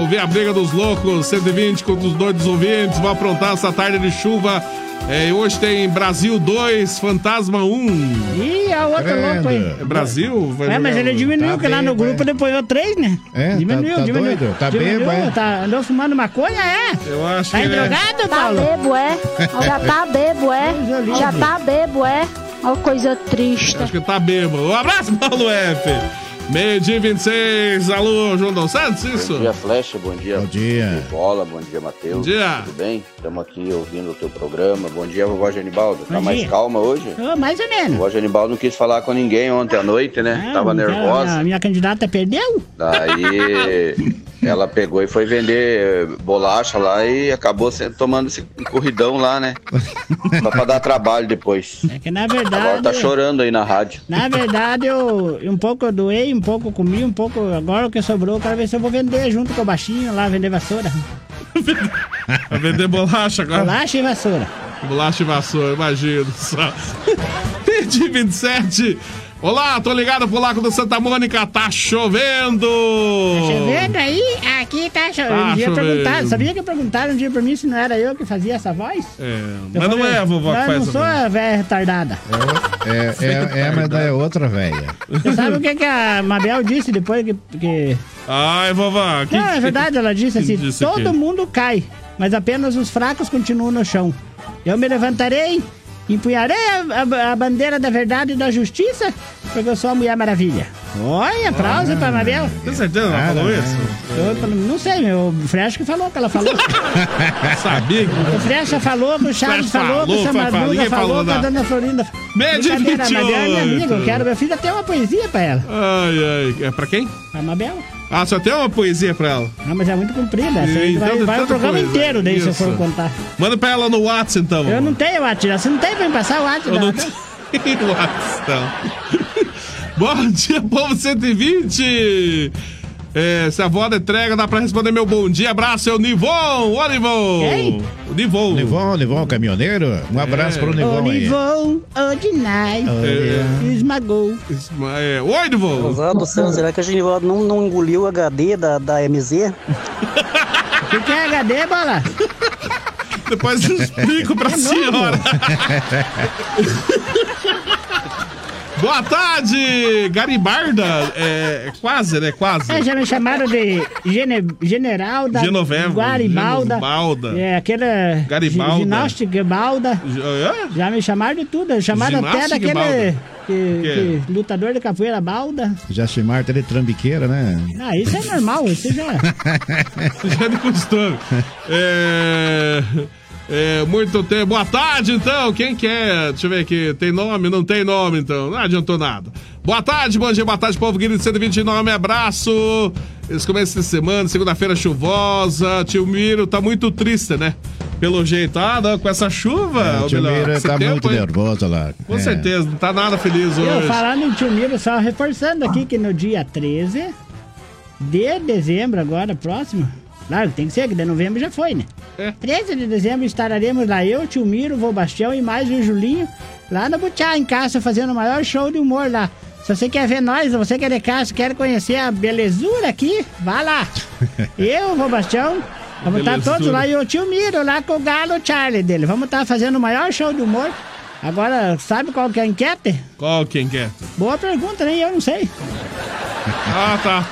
Speaker 4: Ouvir a briga dos loucos, 120 contra os doidos ouvintes, vão aprontar essa tarde de chuva. É, e hoje tem Brasil 2, Fantasma 1.
Speaker 11: Ih, a outra louco aí.
Speaker 4: É Brasil? Vai
Speaker 11: É, mas
Speaker 4: jogar
Speaker 11: ele
Speaker 4: o-
Speaker 11: diminuiu, que lá no grupo depois eu três, né?
Speaker 4: Tá É, tá-
Speaker 11: diminuiu,
Speaker 4: tá
Speaker 11: diminuiu.
Speaker 4: doido? Tá
Speaker 11: diminuiu,
Speaker 4: bêbado, é?
Speaker 11: tá, andou fumando maconha, é?
Speaker 4: Eu acho
Speaker 11: Tá
Speaker 4: que. ele é-
Speaker 7: Tá
Speaker 11: drogado, Paulo?
Speaker 7: bebo, é. Ó, Já tá bebo, é. Já tá bebo, é. Ó, coisa triste.
Speaker 4: Acho que tá bêbado. Um abraço, Paulo F! Meio de 26, alô, João Dal Santos, isso?
Speaker 17: Bom dia, Flecha. Bom dia. Bom
Speaker 8: dia.
Speaker 17: Bola. Bom dia, Matheus.
Speaker 4: Bom dia.
Speaker 17: Tudo bem? Estamos aqui ouvindo o teu programa. Bom dia, vovó Genibaldo. Tá
Speaker 11: Bom
Speaker 17: mais
Speaker 11: dia.
Speaker 17: calma hoje?
Speaker 11: Ah, mais ou menos.
Speaker 17: Vovó Genibaldo não quis falar com ninguém ontem à noite, né?
Speaker 11: Ah,
Speaker 17: Tava
Speaker 11: a-
Speaker 17: nervosa.
Speaker 11: A minha candidata perdeu?
Speaker 17: Daí ela pegou e foi vender eh, bolacha lá e acabou se- tomando esse corridão lá, né? Só pra dar trabalho depois.
Speaker 11: É que na
Speaker 17: Agora
Speaker 11: verdade.
Speaker 17: tá chorando aí na rádio.
Speaker 11: Na verdade, eu um pouco eu doei, um pouco eu comi, um pouco. Agora o que sobrou, eu quero ver se eu vou vender junto com o baixinho lá, vender vassoura.
Speaker 4: Vai vender bolacha agora.
Speaker 11: Bolacha e vassoura.
Speaker 4: Bolacha e vassoura, imagino. Só. Perdi 27. Olá, tô ligado pro Lago da Santa Mônica, tá chovendo! Tá
Speaker 11: Chovendo aí, aqui tá chovendo.
Speaker 4: Tá
Speaker 11: um dia
Speaker 4: chovendo.
Speaker 11: perguntaram, sabia que perguntaram um dia pra mim se não era eu que fazia essa voz?
Speaker 4: É,
Speaker 11: Eu
Speaker 4: mas não
Speaker 11: falei, "Ah,
Speaker 4: é a vovó
Speaker 11: não,
Speaker 4: que faz
Speaker 11: Não sou
Speaker 4: essa
Speaker 11: a velha retardada.
Speaker 8: É, é, é, mas daí é outra velha.
Speaker 11: Você sabe o que, que a Mabel disse depois que. que...
Speaker 4: Ai, vovó, que.
Speaker 11: não, é verdade, ela disse
Speaker 4: que
Speaker 11: assim:
Speaker 4: disse
Speaker 11: todo
Speaker 4: aqui?
Speaker 11: mundo cai, mas apenas os fracos continuam no chão. Eu me levantarei, empunharei a, a- a bandeira da verdade e da justiça, porque eu sou a Mulher Maravilha. Olha, aplauso pra Mabel.
Speaker 4: Tem certeza que ela falou
Speaker 11: Eu
Speaker 4: isso?
Speaker 11: falo, não sei, meu, o Fresh que falou que ela falou.
Speaker 4: Sabia que.
Speaker 11: O Frecha falou, o Charles
Speaker 4: Frecha
Speaker 11: falou,
Speaker 4: falou,
Speaker 11: o Samaduna
Speaker 4: falou,
Speaker 11: falou,
Speaker 4: ninguém falou
Speaker 11: que a
Speaker 4: nada.
Speaker 11: Dona Florinda...
Speaker 4: Meia de
Speaker 11: Brincadeira, a Mabel é minha
Speaker 4: 28.
Speaker 11: amiga, eu quero, meu filho, até uma poesia pra ela.
Speaker 4: Ai, ai. É pra quem?
Speaker 11: A Mabel?
Speaker 4: Ah, só tem uma poesia pra ela.
Speaker 11: Não, mas é muito comprida, essa aí
Speaker 4: Então,
Speaker 11: vai,
Speaker 4: tem
Speaker 11: vai o
Speaker 4: tanta
Speaker 11: programa
Speaker 4: coisa.
Speaker 11: inteiro daí, se eu
Speaker 4: Isso.
Speaker 11: for contar.
Speaker 4: Manda pra ela no WhatsApp, então.
Speaker 11: Eu não tenho WhatsApp, você não tem pra me passar o WhatsApp?
Speaker 4: Eu não
Speaker 11: dela?
Speaker 4: tenho WhatsApp. Bom dia, povo 120! É, se a voz da entrega, dá pra responder meu bom dia. Abraço, é o Nivon! Ô, Nivon!
Speaker 11: Quem?
Speaker 4: O Nivon.
Speaker 8: Nivon, Nivon, caminhoneiro. Um abraço
Speaker 4: É.
Speaker 8: pro
Speaker 11: O
Speaker 8: Nivon aí.
Speaker 11: Nivon, o Dinai,
Speaker 8: É.
Speaker 11: esmagou.
Speaker 4: É, oi, Nivon!
Speaker 12: Vovó do céu, será que a Genivaldo não, não engoliu o HD da, da MZ?
Speaker 11: O que, que é HD, bola?
Speaker 4: Depois eu explico pra
Speaker 11: É novo.
Speaker 4: senhora. Boa tarde, Garibarda. É, quase, né? Quase.
Speaker 11: É, já me chamaram de gene, general da
Speaker 4: Genoveva,
Speaker 11: Guaribalda.
Speaker 4: Genibalda.
Speaker 11: É, aquela
Speaker 4: Garibalda.
Speaker 11: gi- ginástica Balda.
Speaker 4: Ge- é?
Speaker 11: Já me chamaram de tudo. Chamaram até
Speaker 4: Ginástica
Speaker 11: daquele
Speaker 4: Balda.
Speaker 11: que-
Speaker 4: quê?
Speaker 11: que lutador de capoeira Balda.
Speaker 8: Já chamaram até de trambiqueira, né?
Speaker 11: Ah, isso é normal, isso já.
Speaker 4: Já de costume. É, é, muito tempo. Boa tarde, então. Quem quer? Deixa eu ver aqui. Tem nome? Não tem nome, então. Não adiantou nada. Boa tarde, bom dia, boa tarde, povo querido 129. Abraço. Esse começo de semana, segunda-feira chuvosa. Tio Miro tá muito triste, né? Pelo jeito. Ah, não, com essa chuva.
Speaker 8: É, O
Speaker 4: ou
Speaker 8: tio
Speaker 4: Ah, melhor,
Speaker 8: Mira
Speaker 4: esse
Speaker 8: tá
Speaker 4: tempo,
Speaker 8: muito
Speaker 4: hein?
Speaker 8: nervosa lá.
Speaker 4: Com
Speaker 8: É.
Speaker 4: certeza, não tá nada feliz hoje.
Speaker 11: Eu falando em tio Miro, só reforçando aqui que no dia 13 de dezembro, agora próximo. Claro, tem que ser, que de novembro já foi, né?
Speaker 4: É.
Speaker 11: 13 de dezembro estaremos lá, eu, tio Miro, Vô Bastião e mais o Julinho, lá no Butiá, em casa, fazendo o maior show de humor lá. Se você quer ver nós, você quer de casa, quer conhecer a belezura aqui, vá lá. Eu, Vô Bastião, vamos estar
Speaker 4: Belezura.
Speaker 11: todos lá e o tio Miro lá com o galo Charlie dele. Vamos estar fazendo o maior show de humor. Agora, sabe qual que é a enquete?
Speaker 4: Qual quem é? quer?
Speaker 11: Boa pergunta, nem eu não sei.
Speaker 4: Ah, tá.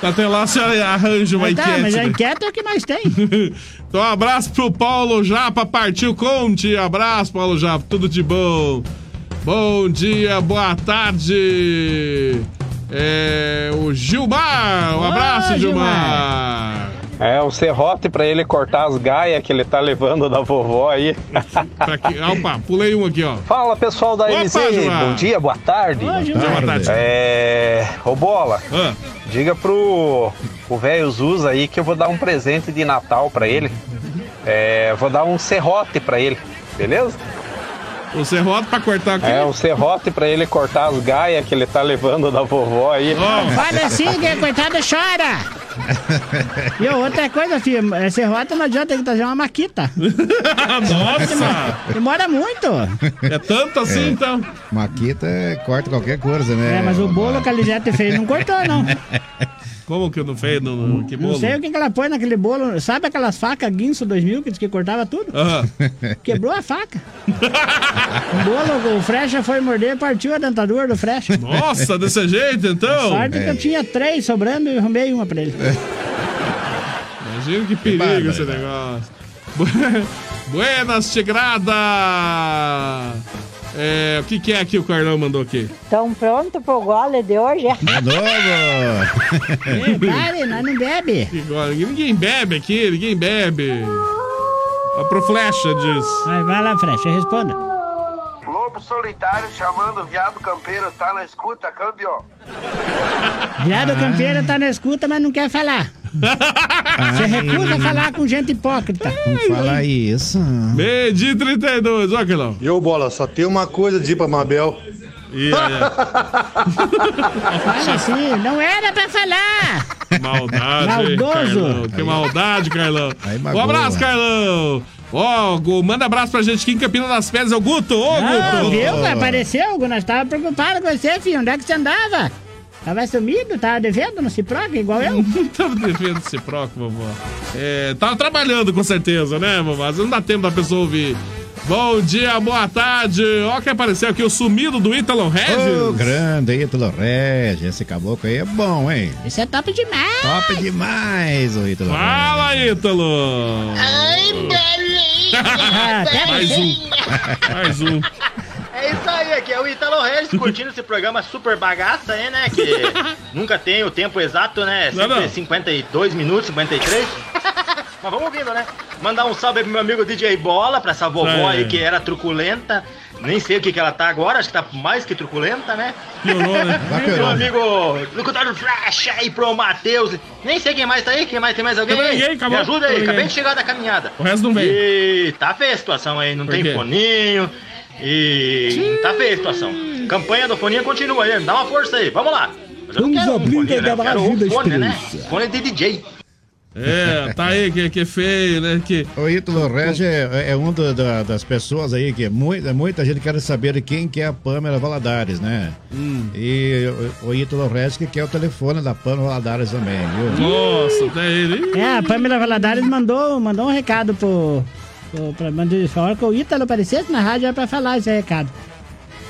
Speaker 4: Até lá você arranja uma
Speaker 11: Mas tá,
Speaker 4: enquete.
Speaker 11: mas a
Speaker 4: né?
Speaker 11: enquete é o que mais tem.
Speaker 4: Então, um abraço pro Paulo Japa, partiu Conte. Abraço, Paulo Japa, tudo de bom. Bom dia, boa tarde. É, o Um Gilmar, um abraço, Gilmar.
Speaker 18: É, o serrote pra ele cortar as gaias que ele tá levando da vovó aí.
Speaker 4: Opa, pulei um aqui, ó.
Speaker 18: Fala pessoal da
Speaker 4: Opa,
Speaker 18: MC,
Speaker 4: Gilmar.
Speaker 18: bom dia, boa tarde.
Speaker 4: Boa dia, boa tarde.
Speaker 18: É, ô Bola, diga pro o velho Zuza aí que eu vou dar um presente de Natal pra ele. É, vou dar um serrote pra ele, beleza?
Speaker 4: O serrote pra cortar aqui.
Speaker 18: É, um serrote pra ele cortar as gaias que ele tá levando da vovó aí.
Speaker 11: Olha assim, que a coitada chora. E ó, outra coisa, filho, é serrota não adianta, tem que trazer uma maquita.
Speaker 8: É.
Speaker 4: Nossa!
Speaker 11: Demora muito.
Speaker 4: É tanto assim, então?
Speaker 8: Maquita é- corta qualquer coisa, né?
Speaker 11: É, mas o bolo que a Lisete fez não cortou, não.
Speaker 4: Como que eu não fez? No, no- que bolo?
Speaker 11: Não sei o que, que ela põe naquele bolo. Sabe aquelas facas Guinso 2000 que diz que cortava tudo?
Speaker 4: Aham.
Speaker 11: Quebrou a faca. o bolo, o Frecha foi morder e partiu a dentadura do Frecha.
Speaker 4: Nossa, desse jeito, então?
Speaker 11: É Sorte que eu tinha três sobrando e arrumei uma pra ele.
Speaker 4: Imagina que perigo esse negócio. Bu- Buenas, tigrada! É, o que, que é que o Carlão mandou aqui?
Speaker 19: Estão pronto pro gole de hoje?
Speaker 11: Pare, nós não bebe.
Speaker 4: Que go- Ninguém bebe aqui, ninguém bebe. A pro flecha diz.
Speaker 11: Vai, vai lá, flecha, responda.
Speaker 10: Lobo solitário chamando o viado campeiro, tá na escuta, câmbio.
Speaker 8: Ah.
Speaker 11: Viado campeiro tá na escuta, mas não quer falar. Você recusa
Speaker 8: Ai.
Speaker 11: falar com gente hipócrita.
Speaker 8: Fala isso.
Speaker 4: Meio dia 32, ó, Quilão.
Speaker 20: E ô, Bola, só tem uma coisa de dizer pra Mabel.
Speaker 4: é.
Speaker 11: Fala assim, não era pra falar.
Speaker 4: Maldade, hein,
Speaker 11: Maldoso.
Speaker 4: Carlão. Que maldade, Carlão. Um
Speaker 11: magoa.
Speaker 4: abraço, Carlão. Ó, Gu- manda abraço pra gente aqui em Campinas das Pedras. É o Guto. Ô,
Speaker 11: Ah,
Speaker 4: Guto.
Speaker 11: viu? Apareceu, nós tava preocupado com você, filho. Onde é que você andava? Tava sumido, tava devendo, não se proca, igual eu.
Speaker 4: Tava devendo esse proco, vovó. É, tava trabalhando com certeza, né, vovó? Às vezes não dá tempo da pessoa ouvir. Bom dia, boa tarde. Ó, que apareceu aqui o sumido do Ítalo
Speaker 8: Ô,
Speaker 4: Regis.
Speaker 8: grande Ítalo Regis, esse caboclo aí é bom, hein?
Speaker 11: Isso é top demais.
Speaker 8: Top demais, o Ítalo
Speaker 4: Fala, Ítalo.
Speaker 21: Ai, beleza!
Speaker 4: Mais um. Mais um.
Speaker 21: É isso aí, aqui é o Italo Regis curtindo esse programa super bagaça aí, né? Que nunca tem o tempo exato, né?
Speaker 4: Não, é
Speaker 21: Sempre
Speaker 4: não.
Speaker 21: 52 minutos, 53. Mas vamos ouvindo, né? Mandar um salve aí pro meu amigo DJ Bola, pra essa vovó
Speaker 4: É.
Speaker 21: aí que era truculenta. Nem sei o que, que ela tá agora, acho que tá mais que truculenta, né?
Speaker 4: Piorou, né? Vai
Speaker 21: meu
Speaker 4: piorando.
Speaker 21: amigo Locutário Flash aí pro Matheus. Nem sei quem mais tá aí, quem mais tem mais alguém?
Speaker 4: Também ninguém,
Speaker 21: aí?
Speaker 4: acabou.
Speaker 21: Me ajuda aí,
Speaker 4: Também
Speaker 21: acabei
Speaker 4: ninguém.
Speaker 21: de chegar da caminhada.
Speaker 4: O resto não veio.
Speaker 21: E tá feia a situação aí, não
Speaker 4: Por
Speaker 21: tem
Speaker 4: quê?
Speaker 21: foninho. E tá feia a situação. Campanha do foninho continua aí, dá uma força aí, vamos lá. Mas eu não quero um foninho, né? Eu quero um fone, né? Fone de DJ.
Speaker 4: É, tá aí, que, que feio, né? Que...
Speaker 8: O Ítalo Regis é, é um do- da- das pessoas aí que muita, muita gente quer saber quem que é a Pâmela Valadares, né?
Speaker 4: Hum.
Speaker 8: E o, o Ítalo Regis que quer o telefone da Pâmela Valadares também, viu?
Speaker 4: Nossa, até ele.
Speaker 11: É, a Pamela Valadares mandou, mandou um recado pro. pro pra, mandou, falou que o Ítalo aparecesse na rádio era pra falar esse recado.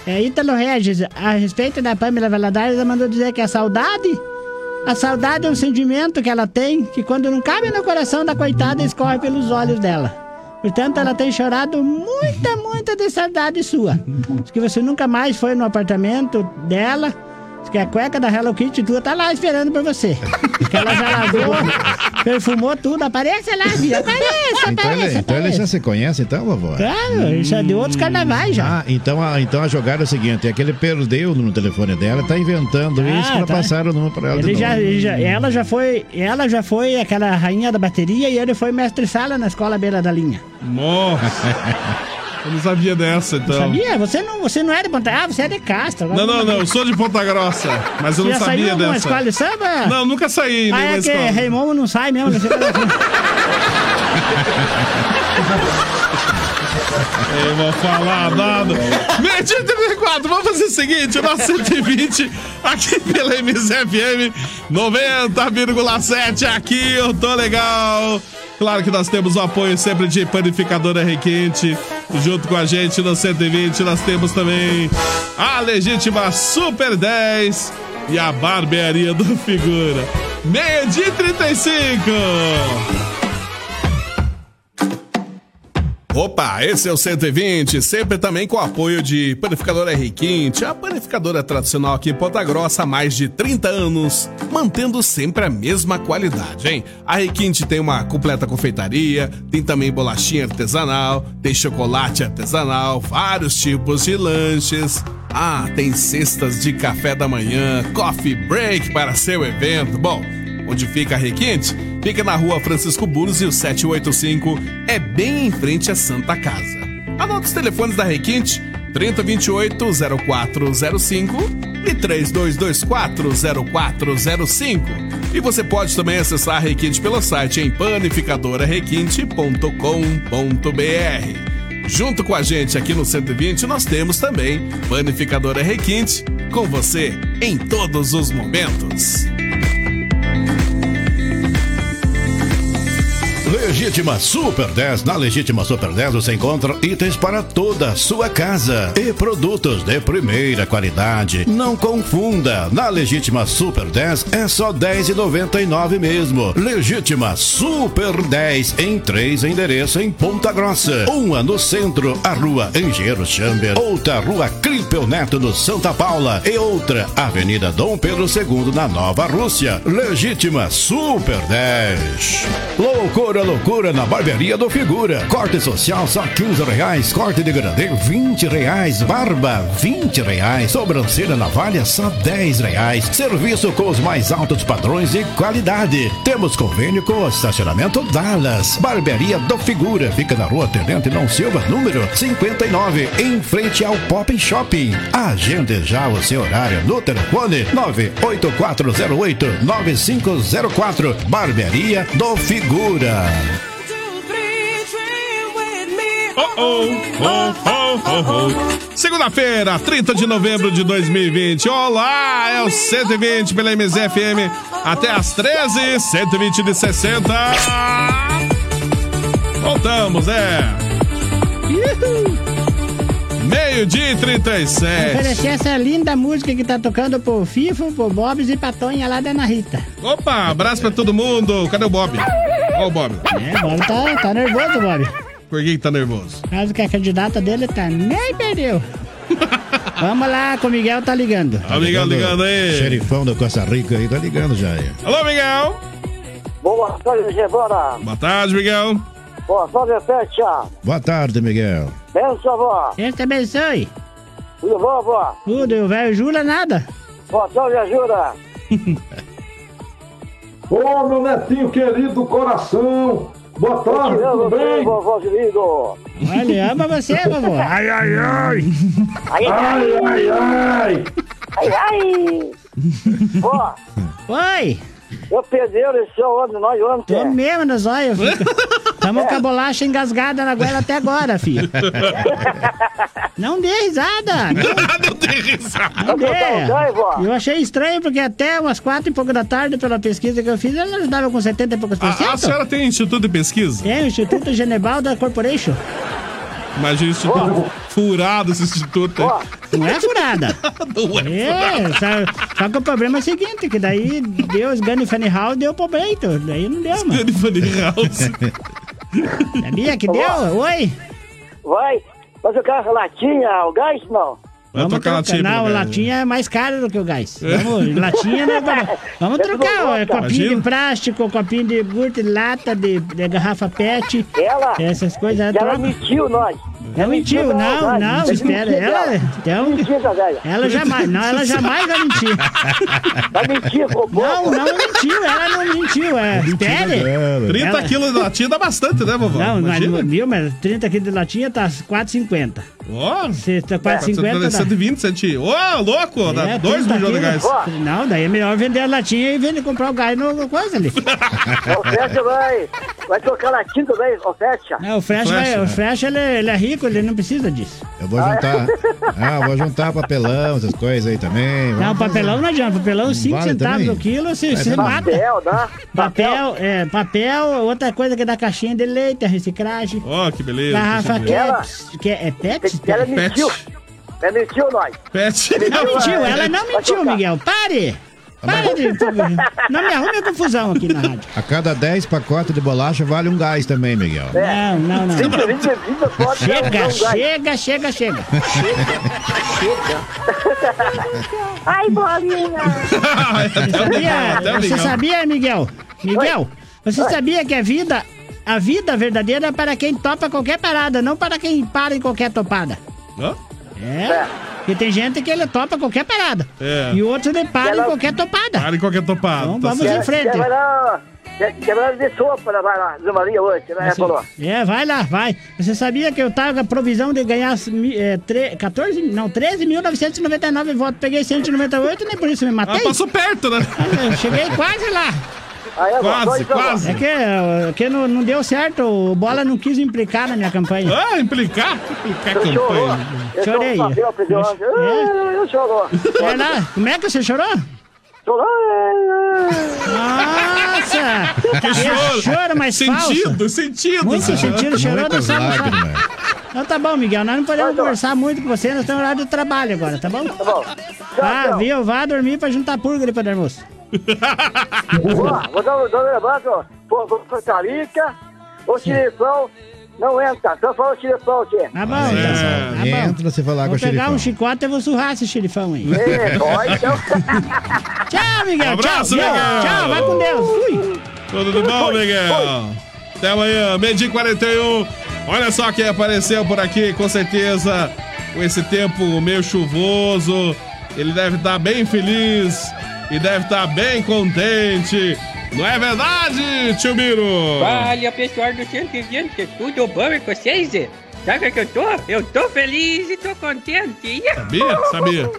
Speaker 11: É, Ítalo Regis, a respeito da Pamela Valadares, ela mandou dizer que a saudade. A saudade é um sentimento que ela tem que, quando não cabe no coração da coitada, escorre pelos olhos dela. Portanto, ela tem chorado muita, muita de saudade sua. Diz que você nunca mais foi no apartamento dela. Diz que a cueca da Hello Kitty tua tá lá esperando por você. Que ela já lavou, perfumou tudo. Apareça lá, filha. Apareça,
Speaker 8: Então, ele,
Speaker 11: apareça.
Speaker 8: então ele já se conhece, então, vovó?
Speaker 11: é Claro, isso é de outros carnavais já.
Speaker 8: Ah, então a, então a jogada é a seguinte: é que ele perdeu no telefone dela, tá inventando isso pra
Speaker 11: tá.
Speaker 8: passar o número pra ela
Speaker 11: Ele
Speaker 8: de
Speaker 11: já,
Speaker 8: novo.
Speaker 11: ele já- é, ela já foi, ela já foi aquela rainha da bateria e ele foi mestre sala na escola à beira da linha.
Speaker 4: Nossa. Eu não sabia dessa, então.
Speaker 11: Sabia? Você não, você não é de Ponta, ah, você é de Castro. Agora
Speaker 4: Não, não, não, eu sou de Ponta Grossa, mas eu não
Speaker 11: Já
Speaker 4: sabia
Speaker 11: saiu em alguma
Speaker 4: dessa.
Speaker 11: escola de samba?
Speaker 4: Não, nunca saí em
Speaker 11: Ah,
Speaker 4: nenhuma
Speaker 11: é que
Speaker 4: escola.
Speaker 11: Raimundo não sai mesmo, não sei como é que-
Speaker 4: Eu vou falar nada. Meio dia 34, vamos fazer o seguinte: o nosso 120 aqui pela MZFM 90,7. Aqui eu tô legal. Claro que nós temos o apoio sempre de Panificadora Requinte. Junto com a gente no 120, nós temos também a legítima Super 10 e a barbearia do Figura. Meio dia 35. Opa, esse é o 120, sempre também com o apoio de Panificadora Requinte, a panificadora tradicional aqui em Ponta Grossa há mais de 30 anos, mantendo sempre a mesma qualidade, hein? A Requinte tem uma completa confeitaria, tem também bolachinha artesanal, tem chocolate artesanal, vários tipos de lanches. Ah, tem cestas de café da manhã, coffee break para seu evento. Bom, Onde fica a Requinte? Fica na rua Francisco Burros e o 785 é bem em frente à Santa Casa. Anota os telefones da Requinte 3028-0405 e 3224-0405. E você pode também acessar a Requinte pelo site em panificadorarequinte.com.br. Junto com a gente aqui no 120, nós temos também Panificadora Requinte, com você em todos os momentos.
Speaker 8: Legítima Super 10. Na Legítima Super 10 você encontra itens para toda a sua casa e produtos de primeira qualidade. Não confunda. Na Legítima Super 10 é só R$10,99 mesmo. Legítima Super 10 em três endereços em Ponta Grossa. Uma no centro, a rua Engenheiro Chamber. Outra, rua Cripel Neto no Santa Paula. E outra, Avenida Dom Pedro II na Nova Rússia. Legítima Super 10. Loucura, loucura na barbearia do Figura. Corte social só 15 reais. Corte de grande 20 reais. Barba 20 reais. Sobrancelha navalha só 10 reais. Serviço com os mais altos padrões e qualidade. Temos convênio com o estacionamento Dallas. Barbearia do Figura. Fica na rua Tenente Não Silva, número 59, em frente ao Pop Shopping. Agende já o seu horário no telefone 98408-9504. Barbearia do Figura.
Speaker 4: Oh, Segunda-feira, 30 de novembro de 2020. Olá, é o 120 pela MZFM. Até às 13, 120 de 60. Voltamos, é. Meio-dia e 37.
Speaker 11: Oferecer essa linda música que tá tocando pro Fifo, pro Bobs e pra Tonha lá da Ana Rita.
Speaker 4: Opa, abraço pra todo mundo. Cadê o Bob? Ó o Bob.
Speaker 11: O Bob tá, tá nervoso, Bob.
Speaker 4: Por que que tá nervoso?
Speaker 11: Caso que a candidata dele tá nem perdeu. Vamos lá, que o Miguel tá ligando.
Speaker 4: Ó o Miguel ligando aí.
Speaker 22: Xerifão da Costa Rica aí, tá ligando já aí.
Speaker 4: Alô, Miguel.
Speaker 3: Boa tarde, Gebora.
Speaker 4: Boa tarde, Miguel.
Speaker 3: Boa tarde, Fecha.
Speaker 22: Boa tarde, Miguel.
Speaker 3: Benção, avó.
Speaker 11: Deus te abençoe.
Speaker 3: Tudo bom, avó?
Speaker 11: Tudo, e o velho Jura nada.
Speaker 3: Boa tarde, ajuda.
Speaker 5: Ô, meu netinho querido do coração. Boa tarde, tudo
Speaker 3: Eu
Speaker 5: bem?
Speaker 3: vovó querido.
Speaker 11: Olha, ama você, vovô. Ai, ai, ai.
Speaker 3: Ai, ai, ai, ai. Ai, ai. Vó,
Speaker 11: Oi.
Speaker 3: eu perdi o seu ano, nós é. ontem.
Speaker 11: Tô mesmo nos olhos. Tamo com a bolacha engasgada na goela até agora, filho. Não dê risada.
Speaker 4: Não tem risada.
Speaker 3: Tá
Speaker 11: Não
Speaker 3: Vai, vó.
Speaker 11: dê. Eu achei estranho porque até umas quatro e pouco da tarde, pela pesquisa que eu fiz, ela ajudava com 70 e poucos por
Speaker 4: A, a senhora
Speaker 11: cento.
Speaker 4: tem instituto de pesquisa?
Speaker 11: É, o Instituto Genebal da Corporation.
Speaker 4: Imagina o instituto furado esse instituto. hein?
Speaker 11: Não é furada.
Speaker 4: Não é
Speaker 11: É, só, só que o problema é o seguinte, que daí deu os Gunny Funny House, deu pro Beito. Daí não deu, mano.
Speaker 4: Gunny Funny House.
Speaker 11: Sabia que deu? Oi?
Speaker 3: Vai. Mas eu quero latinha, o gás não.
Speaker 11: Vamos
Speaker 4: trocar
Speaker 11: trocar.
Speaker 4: latinha É.
Speaker 11: Não,
Speaker 4: pelo gás.
Speaker 11: latinha é mais caro do que o gás. Vamos, latinha, né? Vamos, vamos trocar, ó. é Copinho de
Speaker 4: Imagina.
Speaker 11: plástico, copinho de iogurte, lata de, de garrafa pet.
Speaker 3: Ela?
Speaker 11: Essas coisas. né?
Speaker 3: Ela
Speaker 11: Troca.
Speaker 3: mentiu nós.
Speaker 11: Não mentiu, não, não, espera. Ela, então,
Speaker 3: Mentira, velha.
Speaker 11: ela jamais, não, ela jamais vai mentir.
Speaker 3: Vai mentir, roubou.
Speaker 11: Não, não mentiu, ela não mentiu, é. Espere.
Speaker 4: 30
Speaker 11: Ela-
Speaker 4: quilos de latinha dá bastante, né, vovó?
Speaker 11: Não, mas,
Speaker 4: Imagina.
Speaker 11: viu, mas 30 quilos de latinha tá 4,50.
Speaker 4: Ó,
Speaker 11: Se
Speaker 3: É,
Speaker 11: tá 4,50 dá.
Speaker 4: 120, 120. Ô, louco, dá 2
Speaker 11: 30
Speaker 4: milhões de gás.
Speaker 11: quilos. Não, daí é melhor vender a latinha e vender, comprar o gás no no coisa ali.
Speaker 3: Ofete vai. Vai trocar latinha também, ofete.
Speaker 11: É, o Fresh,
Speaker 22: Fresh,
Speaker 11: vai-
Speaker 22: né?
Speaker 11: o Fresh ele, ele é rico, ele não precisa disso.
Speaker 22: Eu vou juntar.
Speaker 8: é,
Speaker 22: Ah, vou juntar papelão, essas coisas aí também.
Speaker 11: Não,
Speaker 22: Vamos
Speaker 11: papelão não adianta, papelão 5
Speaker 22: Vale
Speaker 11: centavos
Speaker 22: também?
Speaker 11: o quilo, se,
Speaker 22: Vai
Speaker 4: é
Speaker 11: se
Speaker 22: também.
Speaker 11: mata.
Speaker 3: Papel, né?
Speaker 11: Papel, é, papel, outra coisa que é da caixinha de leite, a reciclagem,
Speaker 4: Ó, que beleza.
Speaker 11: garrafa
Speaker 4: que beleza.
Speaker 11: Keps, que é Pets?
Speaker 3: Ela mentiu. Ela mentiu nós.
Speaker 4: Pet.
Speaker 11: Não mentiu, ela não
Speaker 3: Vai
Speaker 11: mentiu,
Speaker 3: trocar.
Speaker 11: Miguel, pare!
Speaker 4: Tá
Speaker 11: Para de. Não me arrume confusão aqui na rádio.
Speaker 8: A cada 10 pacotes de bolacha vale um gás também, Miguel.
Speaker 3: É.
Speaker 11: Não, não, não.
Speaker 23: Simplesmente bebida pode
Speaker 11: Chega,
Speaker 23: não, não,
Speaker 11: chega, chega, chega.
Speaker 23: Ai, bolinha.
Speaker 11: Sabia-
Speaker 23: Tá
Speaker 11: você
Speaker 23: legal.
Speaker 11: sabia, Miguel? Miguel, você sabia que a vida, a vida verdadeira é para quem topa qualquer parada, não para quem para em qualquer topada.
Speaker 4: Hã?
Speaker 11: É. Porque tem gente que ele topa qualquer parada.
Speaker 4: É.
Speaker 11: E outros ele para em qualquer topada.
Speaker 4: Para em qualquer topada. Tá
Speaker 11: Então vamos em frente.
Speaker 23: Quebraram de sopa na, na, na Maria hoje, né,
Speaker 11: Você-
Speaker 23: falou?
Speaker 11: É, vai lá, vai. Você sabia que eu tava com a provisão de ganhar mi- é, tre- 14, não, 13.999 votos. Peguei 198, nem por isso me matei.
Speaker 4: Ah, passou perto, né?
Speaker 11: Eu cheguei quase lá.
Speaker 23: Aí,
Speaker 4: Quase, quase.
Speaker 11: É que, é que não, não deu certo, o Bola não quis implicar na minha campanha.
Speaker 4: Ah, implicar? Implicar
Speaker 11: Eu
Speaker 4: campanha.
Speaker 11: Eu Chorei.
Speaker 23: Eu sou um papel aprisionado. Ah, Eu choro.
Speaker 11: Vai lá, como é que você chorou?
Speaker 23: Chorou. é.
Speaker 11: Ah! Nossa! Choro, choro mas
Speaker 4: É Sentido,
Speaker 11: é falso.
Speaker 4: sentido.
Speaker 11: Muito
Speaker 4: é
Speaker 11: sentido, é chorou do
Speaker 8: Muitas
Speaker 11: saco.
Speaker 8: lágrimas.
Speaker 11: Então tá bom, Miguel, nós não podemos conversar muito com você, nós estamos na hora do trabalho agora, tá bom? Tá
Speaker 23: bom.
Speaker 11: Ah, viu? Vá dormir pra juntar purga depois do almoço.
Speaker 23: Ó, Vou dar um dar um abraço pro pro Costa Rica. O xilifão não
Speaker 15: é,
Speaker 23: entra. Só fala o xilifão aqui.
Speaker 11: Tá
Speaker 4: então.
Speaker 11: bom, tá
Speaker 4: É.
Speaker 11: certo. Tá bom.
Speaker 8: Entra você falar com
Speaker 11: Vou
Speaker 8: o
Speaker 11: pegar
Speaker 8: xerifão.
Speaker 11: um chicote e vou surrar esse xerifão aí.
Speaker 23: É, ó, então.
Speaker 11: Tchau, Miguel.
Speaker 4: Um abraço,
Speaker 11: tchau,
Speaker 4: Miguel.
Speaker 11: Tchau, vai com Deus. Fui.
Speaker 4: Tudo bom, Miguel? Até amanhã, meio dia e 41. Olha só quem apareceu por aqui, com certeza, com esse tempo meio chuvoso. Ele deve estar bem feliz e deve estar bem contente. Não é verdade, tio Miro?
Speaker 1: Olha, pessoal do Centro Viviente, tudo bom com vocês? Sabe o que eu tô? Eu tô feliz e tô contente.
Speaker 4: Sabia? Sabia.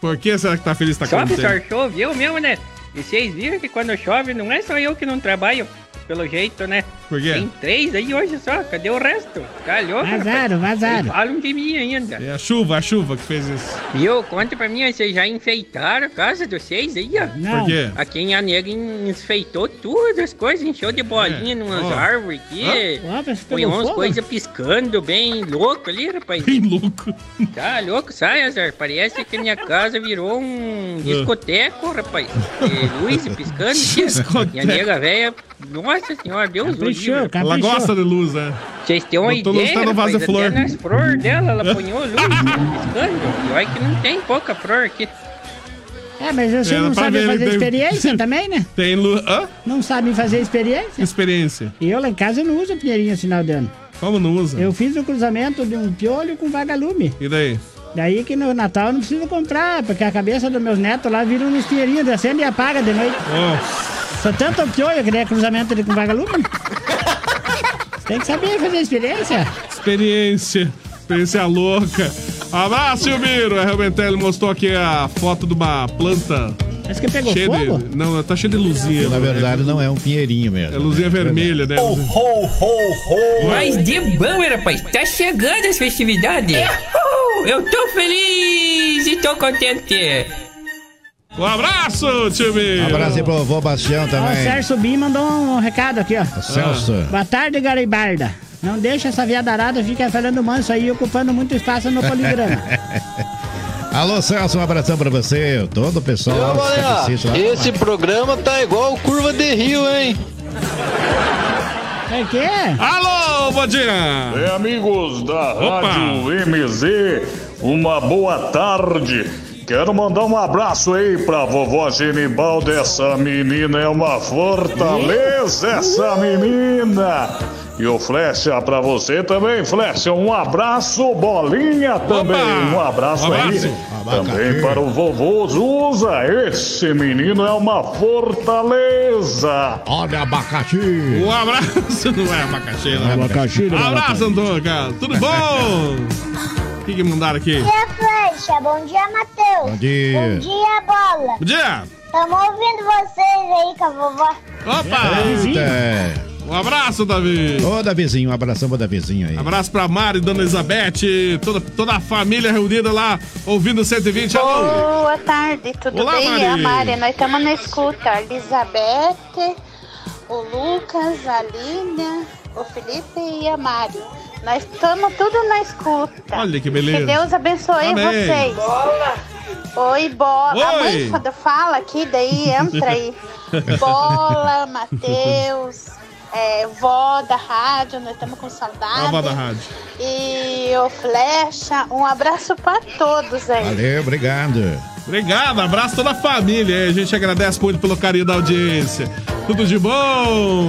Speaker 4: Por que será que tá feliz, tá
Speaker 1: Chove, só
Speaker 4: contente?
Speaker 1: chove, eu mesmo, né? E vocês viram que quando chove, não é só eu que não trabalho, pelo jeito, né?
Speaker 4: Por quê?
Speaker 1: Tem três aí hoje só, cadê o resto? Tá Calhou,
Speaker 11: Vazaram,
Speaker 1: rapaz.
Speaker 11: vazaram.
Speaker 1: Vocês Falam de mim ainda.
Speaker 4: É a chuva, a chuva que fez isso.
Speaker 1: E eu, conta pra mim, vocês já enfeitaram a casa de vocês aí, ó?
Speaker 4: Não. Por quê?
Speaker 1: Aqui em Anega enfeitou tudo, as coisas, encheu de bolinha
Speaker 4: É.
Speaker 1: numas
Speaker 4: Ó.
Speaker 1: árvores aqui.
Speaker 11: Ó. Ó, parece que
Speaker 1: Põe
Speaker 11: pegou
Speaker 1: umas
Speaker 11: fogo.
Speaker 1: coisas piscando bem louco ali, rapaz.
Speaker 4: Bem louco.
Speaker 1: Tá louco, sai, Azar. Parece que minha casa virou um
Speaker 4: Ah.
Speaker 1: discoteco, rapaz. É, luz piscando. E a nega velha, nossa senhora, Deus do céu.
Speaker 4: Ela gosta de luz, né?
Speaker 1: Vocês têm uma
Speaker 4: Botou luz,
Speaker 1: ideia,
Speaker 4: tá no vaso
Speaker 1: rapaz,
Speaker 4: de flor.
Speaker 1: até nas flores dela, ela punhou luz né, piscando. E olha que não tem pouca flor aqui.
Speaker 11: É, mas você
Speaker 4: É,
Speaker 11: não
Speaker 4: pra
Speaker 11: sabe
Speaker 4: ver,
Speaker 11: fazer
Speaker 4: ele teve-
Speaker 11: experiência também, né?
Speaker 4: Tem luz. Hã?
Speaker 11: Não sabe fazer experiência.
Speaker 4: Experiência.
Speaker 11: E eu lá em casa eu não uso pinheirinha sinal de ano.
Speaker 4: Como não usa?
Speaker 11: Eu fiz o cruzamento de um piolho com vagalume.
Speaker 4: E daí?
Speaker 11: Daí que no Natal eu não preciso comprar, porque a cabeça dos meus netos lá vira uns pinheirinhos, acende e apaga de noite.
Speaker 4: Ó,
Speaker 11: Só tanto piolho que daí é cruzamento de com vagalume. né? Você Tem que saber fazer experiência.
Speaker 4: experiência. Experiência louca. Abraço, tio Miro. É, Realmente ele mostrou aqui a foto de uma planta
Speaker 11: Acho que pegou
Speaker 4: cheia
Speaker 11: fogo.
Speaker 4: de. Não, tá cheia de luzinha.
Speaker 8: Na
Speaker 4: né?
Speaker 8: verdade, não é um pinheirinho mesmo.
Speaker 4: É luzinha vermelha, né?
Speaker 8: Ho,
Speaker 1: ho, Mas de bom, rapaz, tá chegando as festividades. Uhul, Eu tô feliz e tô contente.
Speaker 4: Um abraço, tio Miro.
Speaker 8: Um abraço aí pro vô Bastião
Speaker 11: Ó, o
Speaker 8: também. Tá
Speaker 11: Celso Bim mandou um recado aqui, ó. Ah.
Speaker 8: Celso.
Speaker 11: Boa tarde, Garibarda. Não deixa essa viadarada ficar falando manso aí, ocupando muito espaço no poligrama.
Speaker 8: Alô, Celso, um abração pra você, todo o pessoal. que assiste lá.
Speaker 3: Esse programa tá igual curva de rio, hein?
Speaker 11: É que?
Speaker 4: Alô, Bodinha!
Speaker 6: É, amigos da
Speaker 4: Opa!
Speaker 6: Rádio MZ, uma boa tarde. Quero mandar um abraço aí pra vovó Genibaldo. Essa menina é uma fortaleza, essa menina. E o Flecha pra você também, Flecha. Um abraço, bolinha também. Um abraço,
Speaker 2: Um abraço.
Speaker 6: aí. Também para o vovô Zuza. Esse menino é uma fortaleza.
Speaker 8: Olha, abacaxi.
Speaker 4: Um abraço, não é abacaxi, não.
Speaker 8: Abacaxi, não é
Speaker 4: Abraço,
Speaker 8: abacaxi.
Speaker 4: Antônio, cara. Tudo bom? O que, que mandaram aqui?
Speaker 15: Bom dia, Flecha. Bom dia, Matheus.
Speaker 4: Bom dia.
Speaker 15: Bom dia, Bola.
Speaker 4: Bom dia!
Speaker 15: Tamo ouvindo vocês aí com a vovó.
Speaker 11: É,
Speaker 4: Opa!
Speaker 8: Eita.
Speaker 4: Um abraço, Davi!
Speaker 8: É, Ô, Davizinho, um abração pro Davizinho aí.
Speaker 4: Abraço pra Mari, Dona Elizabeth, toda, toda a família reunida lá, ouvindo 120. Alô!
Speaker 24: Boa tarde, tudo
Speaker 4: Olá,
Speaker 24: bem?
Speaker 4: Mari.
Speaker 24: É a Mari, nós estamos na escuta. A Elizabeth, o Lucas, a Línia, o Felipe e a Mari. Nós estamos tudo na escuta.
Speaker 4: Olha que beleza.
Speaker 24: Que Deus abençoe
Speaker 4: Amém.
Speaker 24: vocês. Oi, bola. A mãe
Speaker 4: Oi.
Speaker 24: quando fala aqui, daí entra aí. Bola, Matheus, é, vó da rádio, nós estamos com saudade.
Speaker 4: Nova da rádio.
Speaker 24: E o Flecha, um abraço pra todos aí.
Speaker 8: É,
Speaker 4: Valeu, obrigado. Obrigado, abraço toda a família. A gente agradece muito pelo carinho da audiência. Tudo de bom?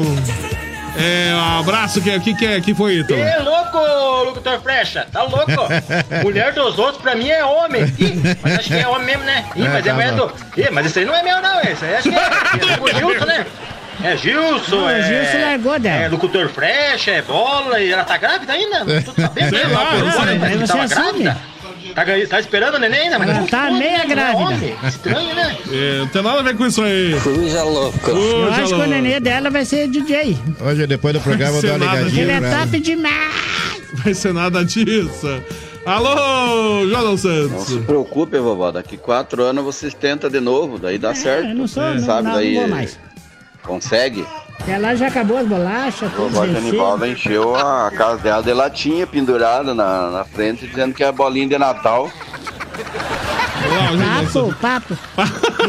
Speaker 4: É, um abraço, que, que, que, que foi, Ítalo?
Speaker 21: Ê, é louco, locutor Flecha, tá louco? Mulher dos outros pra mim é homem. Ih, mas acho que é homem mesmo, né? Ih,
Speaker 4: É,
Speaker 21: mas é
Speaker 4: tá
Speaker 21: mulher
Speaker 4: bom.
Speaker 21: do. Ih, mas isso aí não é meu, não. Isso aí acho que é, é do Gilson, né? É Gilson,
Speaker 11: Não,
Speaker 21: é.
Speaker 11: é Gilson largou dela.
Speaker 21: É locutor Flecha, é bola, e ela tá grávida ainda? Não tô sabendo,
Speaker 11: Sei
Speaker 21: né?
Speaker 11: lá,
Speaker 21: Ela falou,
Speaker 11: né?
Speaker 21: né,
Speaker 11: Aí
Speaker 21: que
Speaker 11: você
Speaker 21: tava
Speaker 11: assume.
Speaker 21: grávida. Tá, ganha- tá esperando o neném, né? Mas
Speaker 11: Ela
Speaker 21: não
Speaker 11: tá
Speaker 21: pode,
Speaker 11: meia
Speaker 21: né?
Speaker 11: grávida.
Speaker 21: Homem. Estranho, né?
Speaker 4: É, não tem nada a ver com isso aí. é
Speaker 17: Cruza louca.
Speaker 11: Eu acho que o nenê dela vai ser DJ.
Speaker 4: Hoje,
Speaker 8: né?
Speaker 4: depois do
Speaker 8: programa, eu dou uma ligadinha
Speaker 11: Ele é
Speaker 8: pra ela.
Speaker 11: top demais.
Speaker 4: Vai ser nada disso. Alô, Jordan
Speaker 17: Não
Speaker 4: Santos.
Speaker 17: se preocupe, vovó. Daqui quatro anos vocês tentam de novo, daí dá certo.
Speaker 11: É, eu não sou-
Speaker 4: É.
Speaker 11: não-
Speaker 17: sabe,
Speaker 11: não,
Speaker 17: daí
Speaker 11: não vou mais.
Speaker 17: consegue.
Speaker 11: Até lá já acabou as bolachas,
Speaker 17: A
Speaker 11: tudo
Speaker 17: vovó Canibalda encheu a casa dela de latinha pendurada na, na frente, dizendo que é bolinha de Natal.
Speaker 11: Papo, papo.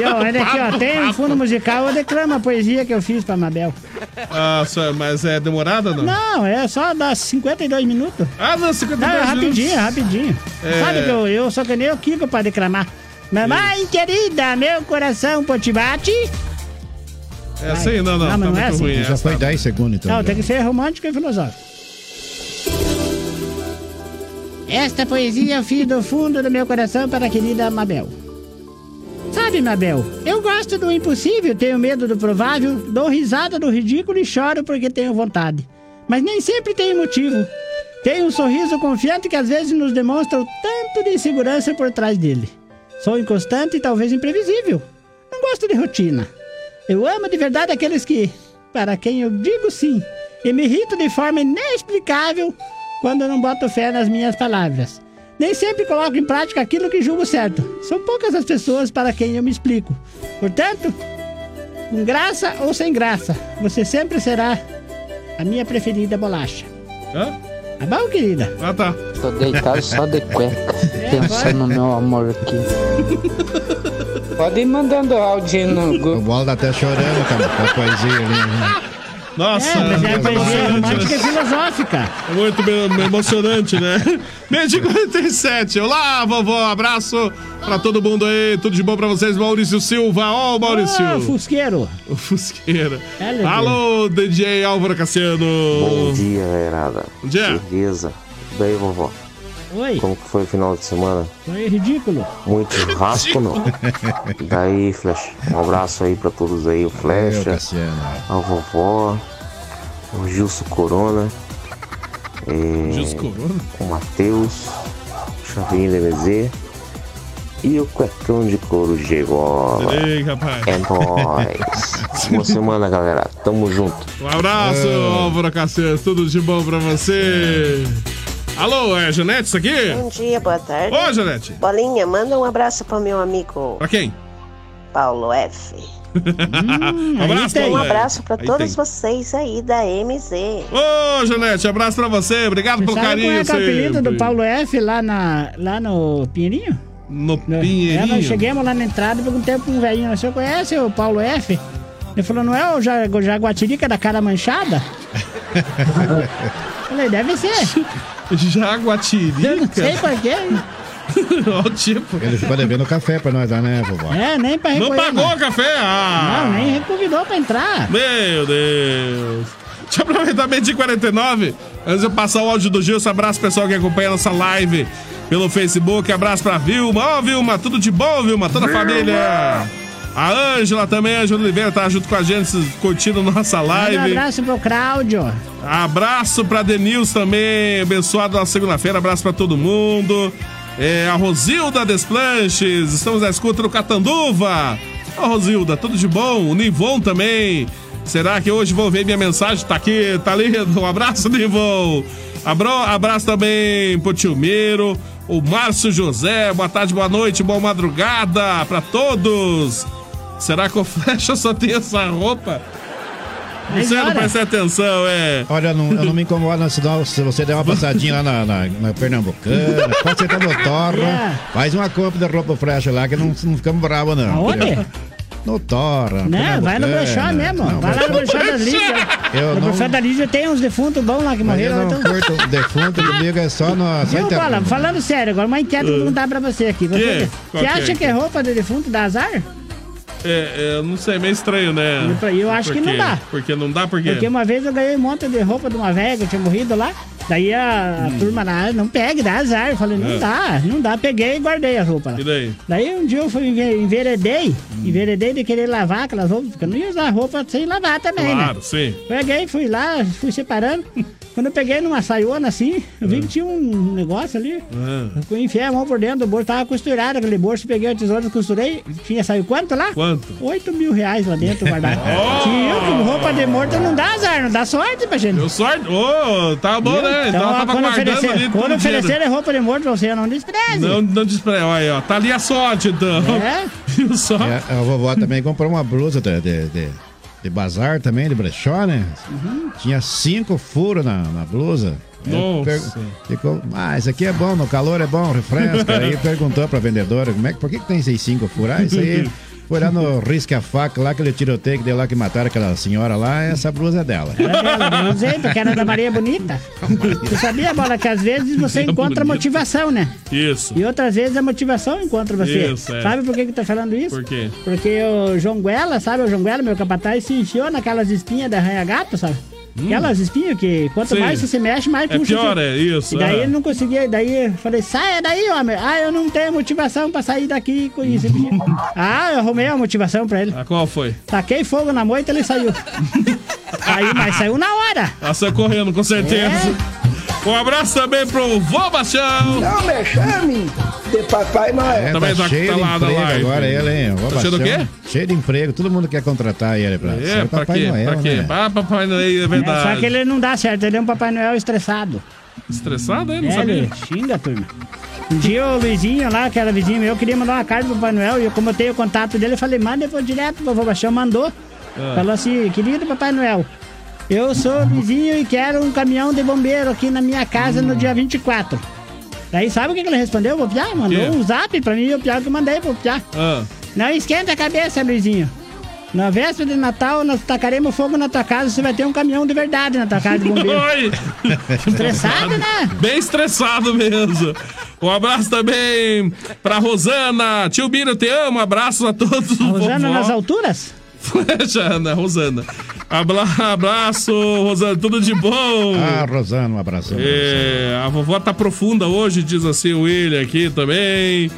Speaker 11: E ó, olha aqui, ó, tem um fundo musical, eu declamo a poesia que eu fiz pra Mabel.
Speaker 4: Ah, só- mas é demorada ou não?
Speaker 11: Não, é só dá 52 minutos.
Speaker 4: Ah, não, 52
Speaker 11: é rapidinho,
Speaker 4: minutos.
Speaker 11: é rapidinho.
Speaker 4: É.
Speaker 11: Sabe que eu, eu só que nem o Kiko pra declamar. Mamãe querida, meu coração potibate.
Speaker 4: É assim, não, não.
Speaker 11: Ah, mas não é assim.
Speaker 8: Já foi 10 segundos, então.
Speaker 11: Não, tem que ser romântico e filosófico. Esta poesia eu fiz do fundo do meu coração para a querida Mabel. Sabe, Mabel, eu gosto do impossível, tenho medo do provável, dou risada do ridículo e choro porque tenho vontade. Mas nem sempre tenho motivo. Tenho um sorriso confiante que às vezes nos demonstra o tanto de insegurança por trás dele. Sou inconstante e talvez imprevisível. Não gosto de rotina. Eu amo de verdade aqueles que, para quem eu digo sim, e me irrito de forma inexplicável quando eu não boto fé nas minhas palavras. Nem sempre coloco em prática aquilo que julgo certo. São poucas as pessoas para quem eu me explico. Portanto, com graça ou sem graça, você sempre será a minha preferida bolacha.
Speaker 4: Hã?
Speaker 11: Tá bom, querida? É,
Speaker 4: Ah, tá.
Speaker 9: Tô deitado só de cueca, pensando no meu amor aqui. Pode ir mandando áudio aí no
Speaker 8: O Bola tá até chorando com a, com a poesia ali. né?
Speaker 4: Nossa,
Speaker 11: É, mas é a poesia
Speaker 4: emocionante.
Speaker 11: romântica e filosófica.
Speaker 4: É muito me- emocionante, né? Meio de 47. Olá, vovó. Abraço pra todo mundo aí. Tudo de bom pra vocês. Maurício Silva. Ó, o Maurício.
Speaker 11: Ô, Ah, Fusqueiro. É,
Speaker 4: O Fusqueira.
Speaker 11: Aleluia.
Speaker 4: Alô, DJ Álvaro
Speaker 13: Bom
Speaker 4: Cassiano.
Speaker 13: dia, velhada.
Speaker 4: Bom dia.
Speaker 13: Beleza. Bem, vovó.
Speaker 11: Oi.
Speaker 13: Como que foi o final de semana?
Speaker 11: Foi é ridículo.
Speaker 13: Muito churrasco, não? Daí, Flecha. Um abraço aí pra todos aí. O Flecha, a vovó, o Gilson Corona, é,
Speaker 4: Gilson Corona?
Speaker 13: o Matheus, o Chavinho DBZ e o cuecão de couro Gegola.
Speaker 4: Ei, rapaz.
Speaker 13: É nóis. Boa semana, galera. Tamo junto.
Speaker 4: Um abraço, Álvaro Cassiano. Tudo de bom pra você. Alô, é a Janete isso aqui?
Speaker 14: Bom dia, boa tarde.
Speaker 4: Ô, Janete.
Speaker 14: Bolinha, manda um abraço pro meu amigo
Speaker 4: Pra quem?
Speaker 14: Paulo F.
Speaker 4: Hum,
Speaker 11: Hum,
Speaker 4: abraço,
Speaker 14: um
Speaker 4: Paulo.
Speaker 14: abraço pra
Speaker 4: Aí
Speaker 14: todos
Speaker 4: tem.
Speaker 14: vocês aí da MZ.
Speaker 4: Ô, Janete, abraço pra você. Obrigado pelo
Speaker 11: Sabe qual
Speaker 4: carinho.
Speaker 11: é que é o apelido
Speaker 4: sempre.
Speaker 11: do Paulo F lá, na, lá no Pinheirinho?
Speaker 4: No
Speaker 11: É, nós
Speaker 4: Pinheirinho.
Speaker 11: chegamos lá na entrada e perguntei pra um velhinho, o senhor conhece o Paulo F? Ele falou, não é o Ja- o Jaguatirica da cara manchada? Falei, deve ser.
Speaker 4: Jaguatirica?
Speaker 11: Eu não sei pra quê.
Speaker 4: Olha o tipo.
Speaker 8: Ele ficou devendo café pra nós lá, né, vovó?
Speaker 11: É, nem pra
Speaker 4: Não
Speaker 11: recolher.
Speaker 4: pagou o café? Ah!
Speaker 11: Não, nem convidou pra entrar.
Speaker 4: Meu Deus! Deixa eu aproveitar meio de 49. Antes de eu passar o áudio do Gilson, abraço pessoal que acompanha nossa live pelo Facebook. Abraço pra Vilma. Ó, Vilma, tudo de bom, Vilma? Toda a família. A Ângela também, a Ângela Oliveira, tá junto com a gente, curtindo nossa
Speaker 11: Manda Um
Speaker 4: live.
Speaker 11: abraço pro Cláudio.
Speaker 4: Abraço pra Denils também, abençoado na segunda-feira, abraço pra todo mundo. É, a Rosilda Desplanches, estamos na escuta do Catanduva. Ô Rosilda, tudo de bom? O Nivon também. Será que hoje vou ver minha mensagem? Tá aqui, tá lindo. Um abraço, Nivon. Abro, abraço também pro Tio Miro, o Márcio José. Boa tarde, boa noite, boa madrugada pra todos. Será que o Flecha só tem essa roupa? Você não presta atenção, é.
Speaker 8: Olha, eu não, eu não me incomodo, não, senão se você der uma passadinha lá na, na, na Pernambucana, pode ser também Torra.
Speaker 11: É.
Speaker 4: Yeah.
Speaker 8: Faz uma compra da roupa fresca lá, que não, não ficamos bravos, não.
Speaker 11: Aonde?
Speaker 8: entendeu? No Torra.
Speaker 11: Não, Né, vai no
Speaker 4: é,
Speaker 8: Pernambucana.
Speaker 11: brechó mesmo.
Speaker 8: Não,
Speaker 11: vai lá no brechó da Lígia.
Speaker 8: Eu
Speaker 11: No
Speaker 8: não-
Speaker 11: brechó da Lígia tem uns defuntos bons lá que
Speaker 8: Mas eu
Speaker 11: morreram.
Speaker 8: não
Speaker 11: Então...
Speaker 8: curto defunto, comigo é só no... Só
Speaker 11: Viu,
Speaker 4: tá
Speaker 8: inter-
Speaker 11: Bola? Falando sério agora, uma enquete que eu vou perguntar pra você aqui.
Speaker 4: Que?
Speaker 11: Você,
Speaker 4: É. Qual
Speaker 11: você
Speaker 4: que é
Speaker 11: acha
Speaker 4: a
Speaker 11: que é roupa de defunto dá azar?
Speaker 4: É, é, não sei, meio estranho, né?
Speaker 11: Eu falei, eu acho
Speaker 4: Por
Speaker 11: que não
Speaker 4: quê?
Speaker 11: dá.
Speaker 4: Porque não dá, por quê?
Speaker 11: Porque uma vez eu ganhei um monte de roupa de uma velha que tinha morrido lá. Daí a turma lá, "Ah, não pega, dá azar. Eu falei, não
Speaker 4: Hum. É.
Speaker 11: dá, não dá. Peguei e guardei a roupa lá.
Speaker 4: E daí?
Speaker 11: Daí um dia eu fui enve- enveredei,
Speaker 4: Hum.
Speaker 11: enveredei de querer lavar aquelas roupas, porque eu não ia usar roupa sem lavar também,
Speaker 4: Claro,
Speaker 11: né?
Speaker 4: sim.
Speaker 11: Peguei, fui lá, fui separando. Quando eu peguei numa saiona assim, eu
Speaker 4: É.
Speaker 11: vi que tinha um negócio ali.
Speaker 4: Ah,
Speaker 11: Eu enfiei a mão por dentro do bolso, tava costurado aquele bolso, peguei a tesoura, costurei, tinha saiu quanto lá?
Speaker 4: Quanto? Oh!
Speaker 11: 8 mil reais lá dentro guardado. Tinha com roupa de morto não dá azar, não dá sorte pra gente. Deu
Speaker 4: sorte? Ô, tá bom, né? Então,
Speaker 11: Então,
Speaker 4: tava
Speaker 11: quando
Speaker 4: guardando
Speaker 11: oferecer,
Speaker 4: ali todo
Speaker 11: quando
Speaker 4: o dinheiro.
Speaker 11: oferecerem roupa de morto pra você, não despreze.
Speaker 4: Não, não despre... Olha aí, ó. Tá ali a sorte, então.
Speaker 11: É?
Speaker 4: Viu só?
Speaker 8: É, a vovó também comprou uma blusa de, de, de- de bazar também, de brechó, né?
Speaker 4: Uhum.
Speaker 8: Tinha cinco furos na, na blusa. Aí
Speaker 4: Nossa.
Speaker 8: ficou, ah, isso aqui é bom, no calor é bom, refresca. Aí perguntou pra vendedora, como é, que- por que, que tem esses cinco furos? Ah, isso aí foi lá no risca-faca, lá aquele tiroteio que deu lá que mataram aquela senhora lá, essa blusa é dela.
Speaker 11: Era dela, né? Eu usei, porque era da Maria Bonita. Você sabia, Bola, que às vezes você encontra motivação, né?
Speaker 4: é Isso.
Speaker 11: E outras vezes a motivação encontra você.
Speaker 4: Isso, é.
Speaker 11: Sabe por que que eu tô falando isso?
Speaker 4: Por quê?
Speaker 11: Porque o Jonguela, sabe o Jonguela, meu capataz, se enfiou naquelas espinhas da arranha-gato, sabe? Aquelas espinhas que quanto
Speaker 4: Hum. Sim.
Speaker 11: mais você se mexe, mais
Speaker 4: É
Speaker 11: puxa.
Speaker 4: pior,
Speaker 11: você.
Speaker 4: é isso,
Speaker 11: E daí
Speaker 4: é.
Speaker 11: ele não conseguia, daí eu falei, saia daí, homem. Ah, eu não tenho motivação pra sair daqui com isso. ah, eu arrumei a motivação pra ele.
Speaker 4: Ah, qual foi?
Speaker 11: Taquei fogo na moita, ele saiu. Aí, mas saiu na hora. É.
Speaker 4: Ah, saiu correndo, com certeza. Um abraço também pro Vô Baixão.
Speaker 3: Não me chame um de Papai Noel.
Speaker 8: É,
Speaker 4: Também
Speaker 8: tá
Speaker 4: tá
Speaker 8: cheio de
Speaker 4: lá na
Speaker 8: emprego
Speaker 4: live.
Speaker 8: agora ele, hein? Vou
Speaker 4: Tá cheio do
Speaker 8: baixar.
Speaker 4: quê?
Speaker 8: Cheio de emprego, todo mundo quer contratar ele pra ser
Speaker 4: É,
Speaker 8: o
Speaker 4: pra
Speaker 8: Papai
Speaker 4: quê?
Speaker 8: Noel,
Speaker 4: pra quê?
Speaker 8: né?
Speaker 4: Ah, Papai Noel, é verdade.
Speaker 11: Só que ele não dá certo, ele é um Papai Noel estressado.
Speaker 4: Estressado, é? Não
Speaker 11: É,
Speaker 4: sabia.
Speaker 11: ele xinga, turma. Um dia o Luizinho lá, que era vizinho meu, queria mandar uma carta pro Papai Noel, e eu, como eu tenho o contato dele, eu falei, manda eu vou direto pro Vovô Baixão, mandou.
Speaker 4: Ah.
Speaker 11: Falou assim, querido Papai Noel, eu sou o Luizinho e quero um caminhão de bombeiro aqui na minha casa no dia 24. Daí sabe o que que ele respondeu, o Piá? Mandou
Speaker 4: Que?
Speaker 11: um zap pra mim, o Piá que eu mandei pro Piá.
Speaker 4: Ah,
Speaker 11: Não esquenta a cabeça, Luizinho. Na véspera de Natal, nós tacaremos fogo na tua casa, você vai ter um caminhão de verdade na tua casa de bombeiro.
Speaker 4: Oi!
Speaker 11: Estressado, né?
Speaker 4: Bem estressado mesmo. Um abraço também pra Rosana. Tio Bira, eu te amo. Abraço a todos.
Speaker 11: Rosana
Speaker 4: Vovó.
Speaker 11: nas alturas?
Speaker 4: Flecha, Ana, Rosana. Abla, abraço, Rosana, tudo de bom.
Speaker 8: Ah, Rosana, um abração.
Speaker 4: É, a vovó tá profunda hoje, diz assim o William aqui também.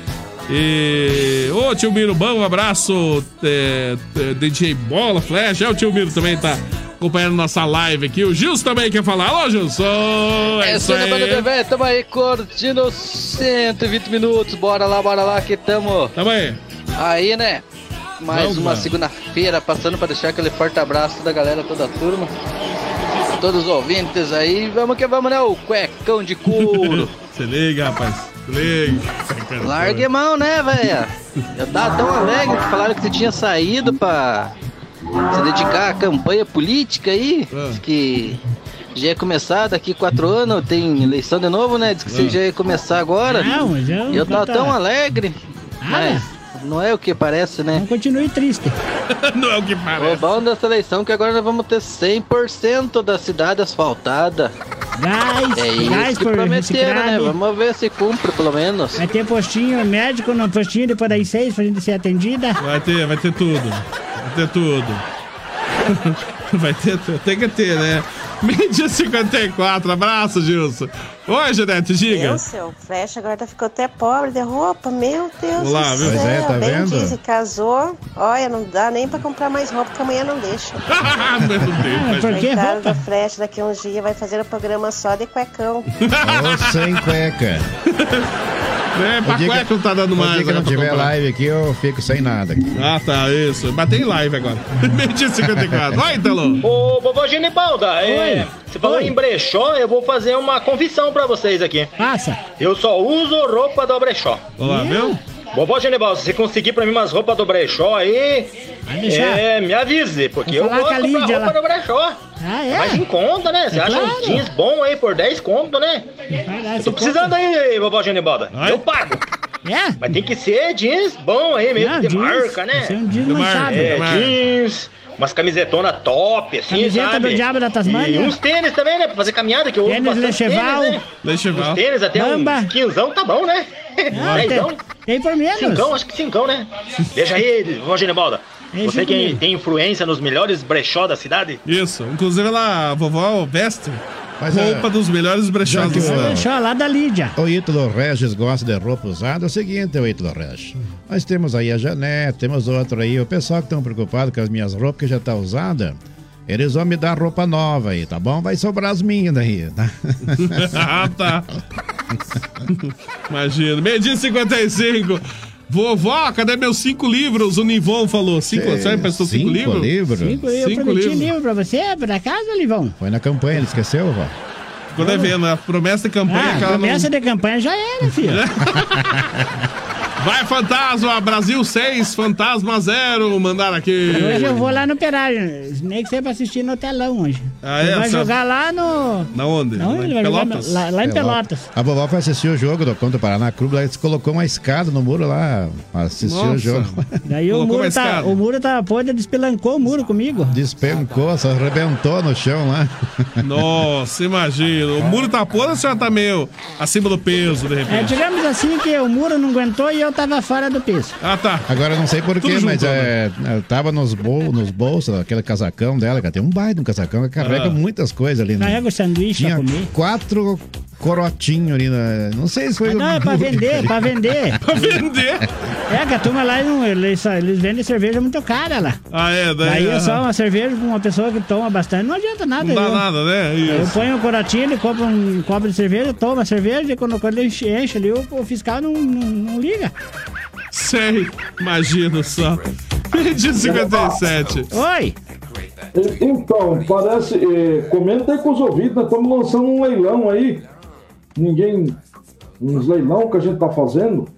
Speaker 4: E. Ô, tio Miro, bom, um abraço. É, é, DJ Bola, Flecha. É, o tio Miro também tá acompanhando nossa live aqui. O Gilson também quer falar. Alô, Gilson! É isso
Speaker 9: Essa é a banda
Speaker 4: aí.
Speaker 9: TV, tamo aí curtindo 120 minutos, bora lá, bora lá que tamo.
Speaker 4: Tamo aí.
Speaker 9: Aí, né? Mais
Speaker 4: Vamos,
Speaker 9: uma
Speaker 4: vamos.
Speaker 9: segunda-feira, passando pra deixar aquele forte abraço da galera, toda a turma, todos os ouvintes aí, vamos que vamos, né? O cuecão de couro.
Speaker 4: Se liga, rapaz. Se liga.
Speaker 9: Largue mão, né, velha? Eu tava tão alegre que falaram que você tinha saído pra se dedicar à campanha política aí. Diz que já ia começar daqui quatro anos, tem eleição de novo, né? Diz que você já ia começar agora.
Speaker 11: Não, já-
Speaker 9: Eu tava
Speaker 11: tá.
Speaker 9: tão alegre, mas não é o que parece, né?
Speaker 11: Continue triste.
Speaker 4: não é o que parece.
Speaker 9: O bom dessa eleição é que agora nós vamos ter 100% da cidade asfaltada.
Speaker 11: Gás,
Speaker 9: é isso
Speaker 11: gás
Speaker 9: que
Speaker 11: por
Speaker 9: prometeram, né?
Speaker 11: reciclado.
Speaker 9: Vamos ver se cumpre, pelo menos.
Speaker 11: Vai ter postinho médico no postinho depois das seis pra gente ser atendida.
Speaker 4: Vai ter, vai ter tudo. Vai ter tudo. Vai ter tudo. Tem que ter, né? Meio-dia e 54. Abraço, Gilson. Oi, Janete, diga.
Speaker 25: Meu, seu flecha agora tá- ficou até pobre de roupa, meu Deus
Speaker 4: Olá,
Speaker 25: do
Speaker 4: viu?
Speaker 25: céu.
Speaker 4: Pois é, tá
Speaker 25: Bem
Speaker 4: vendo?
Speaker 25: diz, e casou. Olha, não dá nem pra comprar mais roupa, porque amanhã não deixa.
Speaker 4: Ah, meu Deus.
Speaker 8: por que
Speaker 25: Coitado
Speaker 8: roupa?
Speaker 25: da flecha, daqui a uns dias vai fazer o programa só de cuecão.
Speaker 8: Ou sem cueca.
Speaker 4: É, pra
Speaker 8: O dia que-
Speaker 4: cueca não tá dando
Speaker 8: o
Speaker 4: mais.
Speaker 8: dia que
Speaker 4: né,
Speaker 8: não
Speaker 4: pra
Speaker 8: tiver
Speaker 4: comprar.
Speaker 8: live aqui, eu fico sem nada.
Speaker 4: Ah, tá, isso. Mas tem live agora. Meio-dia e então, 54. Vai, Italo.
Speaker 21: Ô, vovô Ginibalda, é,
Speaker 4: Oi.
Speaker 21: você falou em brechó, eu vou fazer uma confissão pra vocês aqui.
Speaker 11: Passa.
Speaker 21: Eu só uso roupa do brechó.
Speaker 4: Olá, viu?
Speaker 12: É. Vovó Genival, se você conseguir pra mim umas roupas do brechó aí,
Speaker 11: deixar.
Speaker 12: é, me avise, porque eu
Speaker 11: falar
Speaker 12: vou
Speaker 11: com a
Speaker 12: comprar roupa
Speaker 11: Lídia lá.
Speaker 12: do brechó.
Speaker 11: Ah,
Speaker 12: Mas em conta, né? Você
Speaker 11: É
Speaker 12: acha
Speaker 11: claro.
Speaker 12: uns jeans bom aí por 10 conto, né?
Speaker 11: Vai
Speaker 12: Eu tô precisando aí, vovó Genibalda. Eu pago.
Speaker 11: É?
Speaker 12: Mas tem que ser jeans bom aí mesmo,
Speaker 11: Não,
Speaker 12: de
Speaker 11: jeans.
Speaker 12: marca, né?
Speaker 11: Tem que ser um jeans
Speaker 12: De
Speaker 11: manchado.
Speaker 12: marca, É,
Speaker 11: De marca.
Speaker 12: jeans, umas camisetonas top, assim,
Speaker 11: Camiseta
Speaker 12: sabe?
Speaker 11: do diabo da Tasmânia.
Speaker 12: E uns tênis também, né? Pra fazer caminhada, que eu uso
Speaker 11: Tênis
Speaker 12: bastante
Speaker 11: Lecheval.
Speaker 12: tênis, né?
Speaker 4: Lecheval.
Speaker 12: Os tênis até
Speaker 11: Bamba.
Speaker 12: uns quinzão tá bom, né? Dezão.
Speaker 11: Tem por menos.
Speaker 12: Cincão, acho que cincão, né? Deixa aí, vovó Genibalda.
Speaker 4: Deixa
Speaker 12: Você que
Speaker 4: comigo.
Speaker 12: tem influência nos melhores brechó da cidade?
Speaker 4: Isso, inclusive ela, a vovó veste
Speaker 8: Mas,
Speaker 4: roupa
Speaker 8: é,
Speaker 4: dos melhores brechós do cidade.
Speaker 11: lá da Lídia.
Speaker 8: O Ítalo Regis gosta de roupa usada. É o seguinte, o Ítalo Regis. Nós temos aí a Janete, temos outro aí. O pessoal que estão preocupado com as minhas roupas que já tá usada, eles vão me dar roupa nova aí, tá bom? Vai sobrar as minhas daí, tá?
Speaker 4: ah, tá. Imagina. Meio dia e 55. Vovó, cadê meus cinco livros? O Nivon falou. Cinco,
Speaker 8: Sim,
Speaker 4: sabe, prestou cinco,
Speaker 8: cinco
Speaker 4: livros?
Speaker 8: livros?
Speaker 11: Cinco, eu
Speaker 4: Cinco
Speaker 11: prometi
Speaker 4: livros.
Speaker 11: livro pra você, por acaso, Livão?
Speaker 8: Foi na campanha, ele esqueceu, vó?
Speaker 4: Ficou devendo. é A promessa de campanha
Speaker 11: Ah,
Speaker 4: que ela não-
Speaker 11: promessa de campanha já era, filho.
Speaker 4: Vai, fantasma! Brasil 6, fantasma 0. Mandaram aqui.
Speaker 11: Hoje eu vou lá no Operário, nem que seja pra assistir no telão hoje.
Speaker 4: Ah,
Speaker 11: Ele
Speaker 4: é?
Speaker 11: vai
Speaker 4: Sabe-
Speaker 11: jogar lá no...
Speaker 4: Na onde?
Speaker 11: Não,
Speaker 4: Lá
Speaker 11: ele
Speaker 4: em
Speaker 11: vai jogar
Speaker 4: Pelotas?
Speaker 11: lá- lá em Pelotas.
Speaker 8: A vovó foi assistir o jogo do Contra Paraná Clube, lá eles colocou uma escada no muro lá, assistiu o
Speaker 11: Nossa.
Speaker 8: jogo.
Speaker 11: Daí o
Speaker 8: Colocou
Speaker 11: muro,
Speaker 8: mais
Speaker 11: tá,
Speaker 8: caro.
Speaker 11: o muro tava podre, despelancou o muro comigo.
Speaker 8: Despencou, só arrebentou no chão lá.
Speaker 4: Nossa, imagina. O muro tá podre ou a senhora tá meio acima do peso, de
Speaker 11: É,
Speaker 4: repente?
Speaker 11: digamos assim que o muro não aguentou e eu tava fora do peso.
Speaker 4: Ah, tá. né?
Speaker 8: Agora eu não sei porquê, mas é, ela tava nos, bol, nos bolsos, aquele casacão dela, que tem um baita de um casacão, ela carrega
Speaker 11: Ah.
Speaker 8: muitas coisas ali. Né?
Speaker 11: Carrega o é sanduíche
Speaker 8: Tinha
Speaker 11: pra comer.
Speaker 8: quatro corotinhos ali, né? na, não sei se foi...
Speaker 11: Ah, não, é pra vender, pra vender.
Speaker 4: pra vender?
Speaker 11: É, que a turma lá, não- eles, só- eles vendem cerveja muito cara lá.
Speaker 4: Ah, é?
Speaker 11: Daí é só
Speaker 4: aham.
Speaker 11: uma cerveja com uma pessoa que toma bastante, não adianta nada.
Speaker 4: Não dá
Speaker 11: eu-
Speaker 4: nada, né?
Speaker 11: Eu
Speaker 4: Isso.
Speaker 11: ponho o corotinho, ele compra um copo de cerveja, toma a cerveja, e quando, quando ele enche, enche ali, o, o fiscal não, não, não liga.
Speaker 4: Sei, imagina só. Perdi 57.
Speaker 11: Oi!
Speaker 5: E- Então, parece. eh, comenta aí com os ouvidos, nós estamos lançando um leilão aí. Ninguém. Uns leilão que a gente tá fazendo.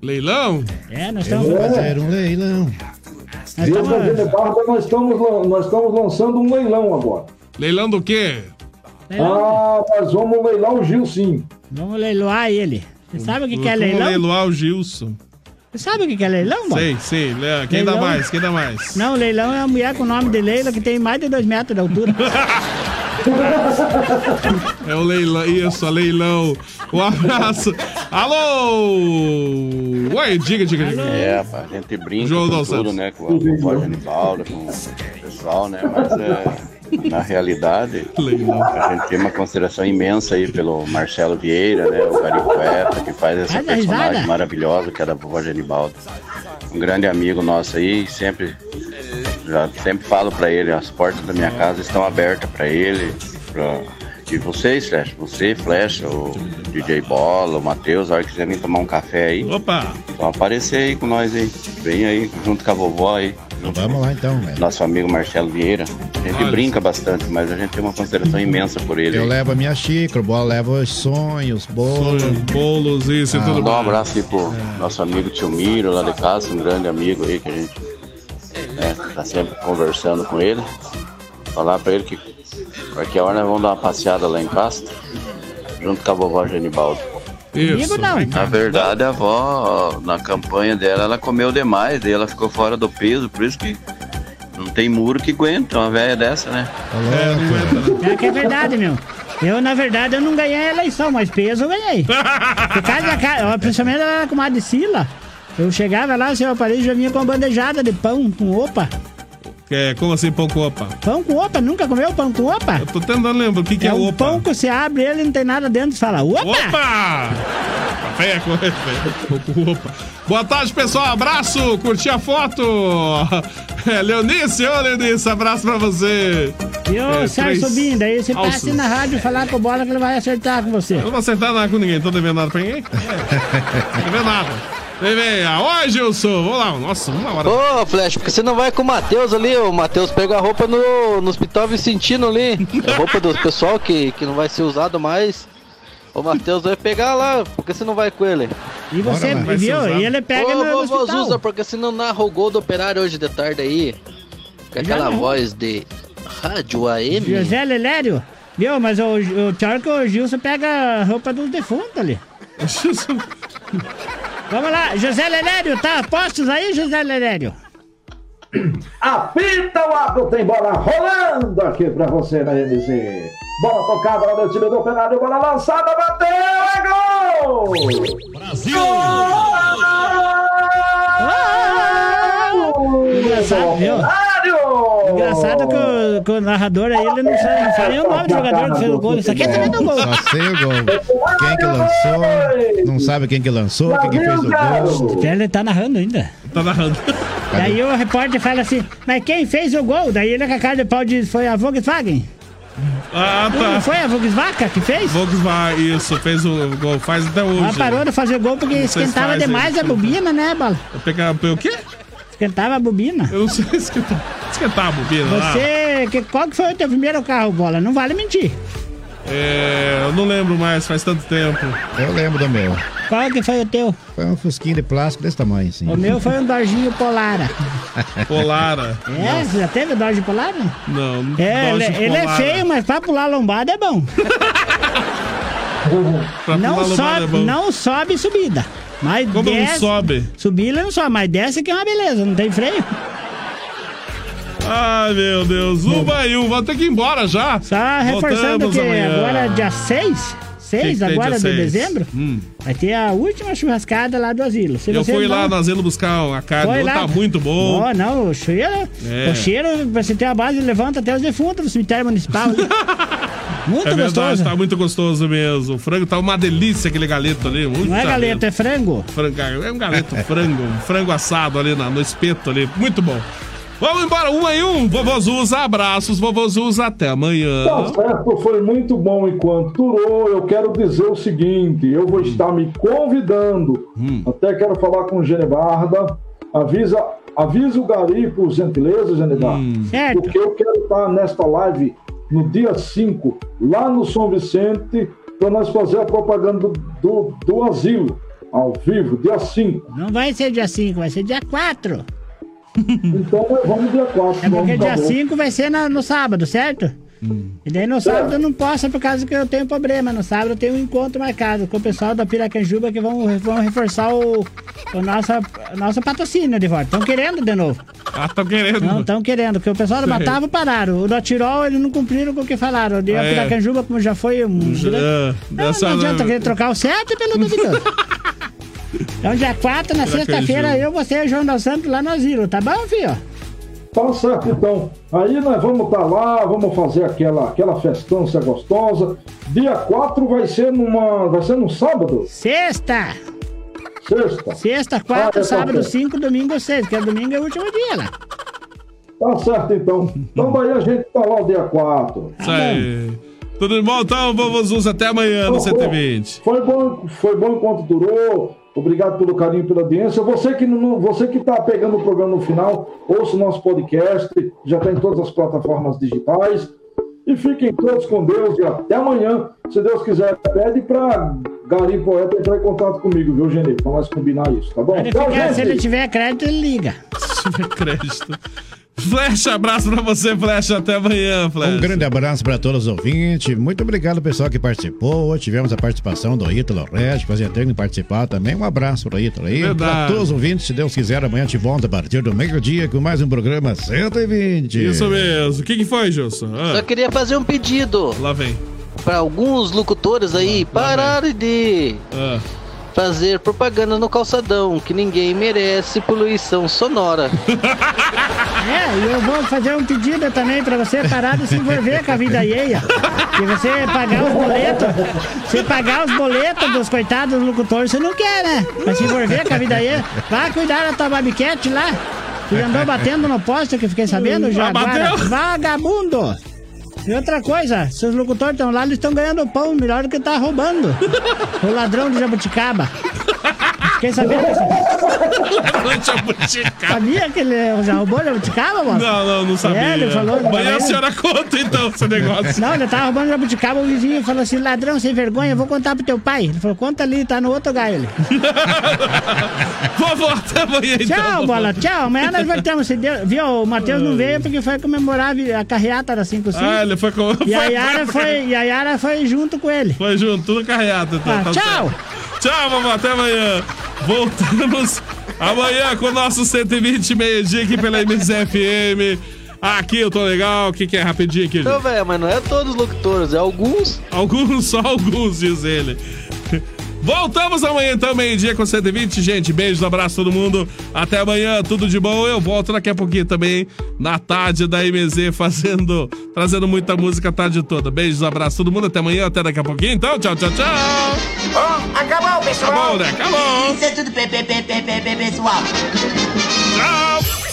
Speaker 4: Leilão?
Speaker 11: É, nós
Speaker 8: Eu
Speaker 11: estamos.
Speaker 8: vou fazer um leilão.
Speaker 11: Nós
Speaker 5: Deus da
Speaker 11: estamos-
Speaker 5: Gene Barba, nós estamos, lan- nós estamos lançando um leilão agora.
Speaker 4: Leilão do quê?
Speaker 5: Ah, nós vamos leilar o Gil sim.
Speaker 11: Vamos leiloar ele. Você sabe o que, que é
Speaker 4: Vamos
Speaker 11: leilão?
Speaker 4: leiloar o Gilson.
Speaker 11: Você sabe o que, que é leilão, mano?
Speaker 4: Sei, sei. Le- Quem dá
Speaker 11: Leilão?
Speaker 4: mais? Quem dá mais?
Speaker 11: Não, leilão é uma mulher com o nome de Leila que tem mais de dois metros de altura.
Speaker 4: É o leilão. Isso, é leilão. Um abraço. Alô! Oi, diga, diga, diga.
Speaker 17: É, pá, a gente brinca
Speaker 4: João
Speaker 17: com
Speaker 4: Gonçalves.
Speaker 17: tudo, né? Com a vovó Genibalda, com o pessoal, né? Mas é, na realidade, a gente tem uma consideração imensa aí pelo Marcelo Vieira, né? O Caricueta, que faz essa
Speaker 11: Vai dar risada.
Speaker 17: personagem maravilhosa que é da vovó Genibalda. Um grande amigo nosso aí, sempre, já sempre falo pra ele, as portas da minha casa estão abertas pra ele, pra... E vocês, Flecha, você, Flecha, o DJ Bola, o Matheus, a hora que quiserem tomar um café aí.
Speaker 4: Opa!
Speaker 17: Então aparecer aí com nós aí. Vem aí, junto com a vovó aí.
Speaker 8: Vamos lá então, velho.
Speaker 17: Nosso amigo Marcelo Vieira. A gente brinca bastante, mas a gente tem uma consideração imensa por ele.
Speaker 8: Eu
Speaker 17: aí.
Speaker 8: levo a minha xícara, o bola leva os sonhos, bolos.
Speaker 4: Sonhos, bolos, isso
Speaker 8: Ah,
Speaker 17: Mandar um abraço aí pro nosso amigo Tio Miro lá de casa, um grande amigo aí que a gente né, tá sempre conversando com ele. Falar pra ele que qualquer hora nós vamos dar uma passeada lá em casa, junto com a vovó Genibaldo.
Speaker 4: Isso.
Speaker 17: Na verdade, a avó, na campanha dela, ela comeu demais, daí ela ficou fora do peso, por isso que não tem muro que aguenta uma velha dessa, né?
Speaker 8: É, não aguenta,
Speaker 17: né?
Speaker 11: É que é verdade, meu. Eu, na verdade, eu não ganhei a eleição, mas peso eu ganhei. Por causa da cara, ó, principalmente lá com a de Sila. Eu chegava lá, seu aparelho já vinha com uma bandejada de pão com opa.
Speaker 4: É, como assim, pão com opa?
Speaker 11: Pão com opa? Nunca comeu pão com opa?
Speaker 4: Eu tô tentando lembrar o que, que é,
Speaker 11: é um
Speaker 4: opa.
Speaker 11: pão que você abre ele não tem nada dentro, você fala, opa!
Speaker 4: Opa! Feia coisa, feia. Opa. Boa tarde, pessoal. Abraço. Curti a foto. É, Leonice, ô Leonice, abraço pra você.
Speaker 11: E ô,
Speaker 4: É,
Speaker 11: Sérgio
Speaker 4: três
Speaker 11: Sobinho, daí você passe
Speaker 4: alços.
Speaker 11: na rádio falar com o Bola que ele vai acertar com você.
Speaker 4: Eu não vou acertar nada com ninguém, não tô devendo nada pra ninguém. Não tô devendo nada. Vem, vem. Ah, Oi, Gilson. Vamos lá. Nossa, uma hora.
Speaker 3: Ô, Flash, porque você não vai com o Matheus ali? O Matheus pega a roupa no, no hospital Vicentino ali. É roupa do pessoal que, que não vai ser usado mais. Ô, Matheus, vai pegar lá, porque você não vai com ele.
Speaker 11: E você, Bora, vai, viu? Suzano. E ele pega
Speaker 3: Ô,
Speaker 11: no- no
Speaker 3: vovô
Speaker 11: hospital.
Speaker 3: Zuza, porque você não narrou o gol do operário hoje de tarde aí. Com aquela
Speaker 11: narrou.
Speaker 3: voz de rádio AM.
Speaker 11: José Lelério. Viu, mas o, o pior é que o Gilson pega a roupa dos defuntos ali. Vamos lá, José Lelério, tá postos aí, José Lelério?
Speaker 5: Apita o árbitro, tem bola rolando aqui pra você na MC. Bola tocada lá do time do Operário, bola lançada, bateu, é gol! Brasil!
Speaker 11: Engraçado, viu? Engraçado que o, que o narrador aí, ele não sabe, não fala nem o nome do jogador que fez o gol. Isso aqui é também do gol.
Speaker 8: Só sei o gol. Quem que lançou, não sabe quem que lançou, quem que fez o gol.
Speaker 11: Ele tá narrando ainda.
Speaker 4: Tá narrando.
Speaker 11: Daí o repórter fala assim, mas quem fez o gol? Daí ele com a cara de pau diz, foi a Volkswagen.
Speaker 4: Ah,
Speaker 11: Não
Speaker 4: tá.
Speaker 11: foi a Volkswagen que fez?
Speaker 4: Volkswagen, isso, fez o gol, faz até hoje.
Speaker 11: Ela parou de fazer gol porque
Speaker 4: Vocês
Speaker 11: esquentava
Speaker 4: fazem
Speaker 11: demais
Speaker 4: isso,
Speaker 11: a bobina, né, Bala?
Speaker 4: Pegar, o quê?
Speaker 11: Esquentava a bobina.
Speaker 4: Eu não sei esquentar. Esquentar a bobina lá.
Speaker 11: Você, que, qual que foi o teu primeiro carro, Bola? Não vale mentir.
Speaker 4: É, eu não lembro mais, faz tanto tempo.
Speaker 8: Eu lembro do meu.
Speaker 11: Qual que foi o teu?
Speaker 8: Foi um fusquinho de plástico desse tamanho, assim.
Speaker 11: O meu foi um Dodginho Polara.
Speaker 4: Polara.
Speaker 11: É, você já teve Dodge Polara?
Speaker 4: Não, não
Speaker 11: É, ele, ele é feio, mas pra pular a lombada é bom.
Speaker 4: pular
Speaker 11: não,
Speaker 4: a lombada
Speaker 11: sobe,
Speaker 4: é bom.
Speaker 11: não sobe subida. Mas
Speaker 4: Como não
Speaker 11: desce,
Speaker 4: sobe?
Speaker 11: Subir ele não sobe, mas desce que é uma beleza, não tem freio. Tá
Speaker 4: Ai, meu Deus. Uba e uva, ter que ir embora já.
Speaker 11: Tá reforçando que agora é dia 6,
Speaker 4: é. Que
Speaker 11: 6
Speaker 4: que tem
Speaker 11: agora
Speaker 4: dia
Speaker 11: de
Speaker 4: seis?
Speaker 11: dezembro,
Speaker 4: Hum.
Speaker 11: vai ter a última churrascada lá do asilo. Se
Speaker 4: Eu
Speaker 11: você
Speaker 4: fui
Speaker 11: não-
Speaker 4: lá no asilo buscar a carne,
Speaker 11: Foi
Speaker 4: hoje
Speaker 11: lá.
Speaker 4: tá muito bom.
Speaker 11: Não, não, o cheiro.
Speaker 4: É.
Speaker 11: O cheiro, pra você ter a base, levanta até os defuntos do cemitério municipal. muito
Speaker 4: é verdade,
Speaker 11: gostoso.
Speaker 4: tá muito gostoso mesmo. O frango tá uma delícia aquele galeto ali.
Speaker 11: Não é galeta, é frango.
Speaker 4: Frango, é um galeto frango, um frango assado ali na- no espeto ali. Muito bom. Vamos embora, um em um. Vovô Zuza, abraços, vovô Zuza, até amanhã.
Speaker 5: Tá certo, foi muito bom enquanto durou. Eu quero dizer o seguinte: eu vou estar me convidando. Até quero falar com o Genebarda. Avisa, avisa o Gari, por gentileza, Genebarda.
Speaker 11: Certo.
Speaker 5: Porque eu quero estar nesta live no dia 5, lá no São Vicente, para nós fazer a propaganda do, do, do asilo, ao vivo, dia 5.
Speaker 11: Não vai ser dia 5, vai ser dia 4.
Speaker 5: Então nós vamos dia 4.
Speaker 11: É porque dia 5 vai ser na- no sábado, certo?
Speaker 4: Hum.
Speaker 11: E daí no sábado eu não posso, por causa que eu tenho problema. No sábado eu tenho um encontro marcado com o pessoal da Piracanjuba que vão, vão reforçar o, o nosso, o nosso patrocínio de volta. Estão querendo de novo.
Speaker 4: Ah, tá querendo.
Speaker 11: Não estão querendo, porque o pessoal da
Speaker 4: Sei.
Speaker 11: Batava pararam. O do Atirol, eles não cumpriram com o que falaram. Daí
Speaker 4: Ah,
Speaker 11: a
Speaker 4: é.
Speaker 11: Piracanjuba, como já foi um grande-
Speaker 4: Ah,
Speaker 11: Não,
Speaker 4: dessa-
Speaker 11: não adianta querer trocar o certo pelo duvidoso. Então, dia 4, na
Speaker 5: Será que é
Speaker 11: sexta-feira,
Speaker 5: isso?
Speaker 11: eu, você e o João dos Santos lá no asilo, tá bom, filho?
Speaker 5: Tá certo, então. Aí nós vamos estar lá, vamos fazer aquela, aquela festança gostosa. Dia 4 vai ser numa. Vai ser num sábado?
Speaker 11: Sexta!
Speaker 5: Sexta.
Speaker 11: Sexta,
Speaker 5: Ah,
Speaker 11: quarta,
Speaker 5: é
Speaker 11: sábado,
Speaker 5: quarta.
Speaker 11: cinco, domingo, seis, porque domingo é o último dia lá.
Speaker 5: Tá certo, então. Então daí a gente tá lá dia 4.
Speaker 4: Isso
Speaker 11: Tá
Speaker 4: aí. Tudo de bom, então, vovô Zuza, até amanhã no CT20.
Speaker 5: Foi bom, foi bom enquanto durou. Obrigado pelo carinho, pela audiência. Você que não, você que está pegando o programa no final, ouça o nosso podcast, já está em todas as plataformas digitais. E fiquem todos com Deus e até amanhã. Se Deus quiser, pede para Gari Poeta entrar em contato comigo, viu, Gene? Para nós combinar isso, tá bom?
Speaker 11: Ele
Speaker 5: Tchau,
Speaker 11: fica- se
Speaker 5: gente!
Speaker 11: ele tiver crédito, ele liga.
Speaker 4: Crédito. Flecha, abraço pra você, Flecha. Até amanhã, Flecha.
Speaker 8: Um grande abraço para todos os ouvintes. Muito obrigado ao pessoal que participou. Hoje tivemos a participação do Ítalo Regis, fazia tempo de participar também. Um abraço para Ítalo aí.
Speaker 4: Verdade.
Speaker 8: Para todos os ouvintes, se Deus quiser, amanhã te volta a partir do meio-dia com mais um programa 120.
Speaker 4: Isso mesmo. O que, que foi, Gilson? Ah,
Speaker 3: Só queria fazer um pedido
Speaker 4: lá vem. Ah.
Speaker 3: para alguns locutores aí pararem de fazer propaganda no calçadão, que ninguém merece poluição sonora.
Speaker 11: É, e eu vou fazer um pedido também pra você parar de se envolver com a vida alheia. E você pagar os boletos. Você pagar os boletos dos coitados dos locutores, você não quer, né? Mas se envolver com a vida alheia, vai cuidar da tua babiquete lá. Que andou batendo no poste, que eu fiquei sabendo já.
Speaker 4: Ah, bateu?
Speaker 11: Agora. Vagabundo! E outra coisa, se os locutores estão lá, eles estão ganhando pão melhor do que tá roubando. O ladrão de jabuticaba. Fiquei sabendo
Speaker 4: Jabuticaba.
Speaker 11: Sabia que ele já roubou jabuticaba, mano?
Speaker 4: Não, não, não sabia.
Speaker 11: É, ele falou.
Speaker 4: Amanhã a senhora conta então esse negócio.
Speaker 11: Não, ele tava roubando jabuticaba, o vizinho falou assim, ladrão, sem vergonha, eu vou contar pro teu pai. Ele falou, conta ali, tá no outro galho. ele.
Speaker 4: Vovó, até amanhã então.
Speaker 11: Tchau,
Speaker 4: vovó.
Speaker 11: bola, tchau. Amanhã nós voltamos. se Deus- Viu, o Matheus não veio porque foi comemorar a vi- a carreata da 5
Speaker 4: Ah, ele foi com.
Speaker 11: E a
Speaker 4: foi-
Speaker 11: Yara foi, e a Yara foi junto com ele.
Speaker 4: Foi junto, tudo carreado. Então,
Speaker 11: Ah, tchau.
Speaker 4: certo. Tchau, vovó, até amanhã. Voltamos amanhã com o nosso 120 meio-dia aqui pela MZFM. Aqui eu tô legal, o que, que é rapidinho aqui?
Speaker 3: Então, velho, mas não é todos os locutores, é alguns.
Speaker 4: Alguns, só alguns, diz ele. Voltamos amanhã então, meio-dia com 120. Gente, beijos, abraço a todo mundo. Até amanhã, tudo de bom. Eu volto daqui a pouquinho também, na tarde da MZ, fazendo, trazendo muita música a tarde toda. Beijos, abraço a todo mundo. Até amanhã, até daqui a pouquinho. Então, tchau, tchau, tchau.
Speaker 10: Bom, acabou, pessoal.
Speaker 4: Acabou, né? Acabou.
Speaker 10: Isso é tudo, pe, pe, pe, pe, pe, pe, pessoal.
Speaker 4: Tchau.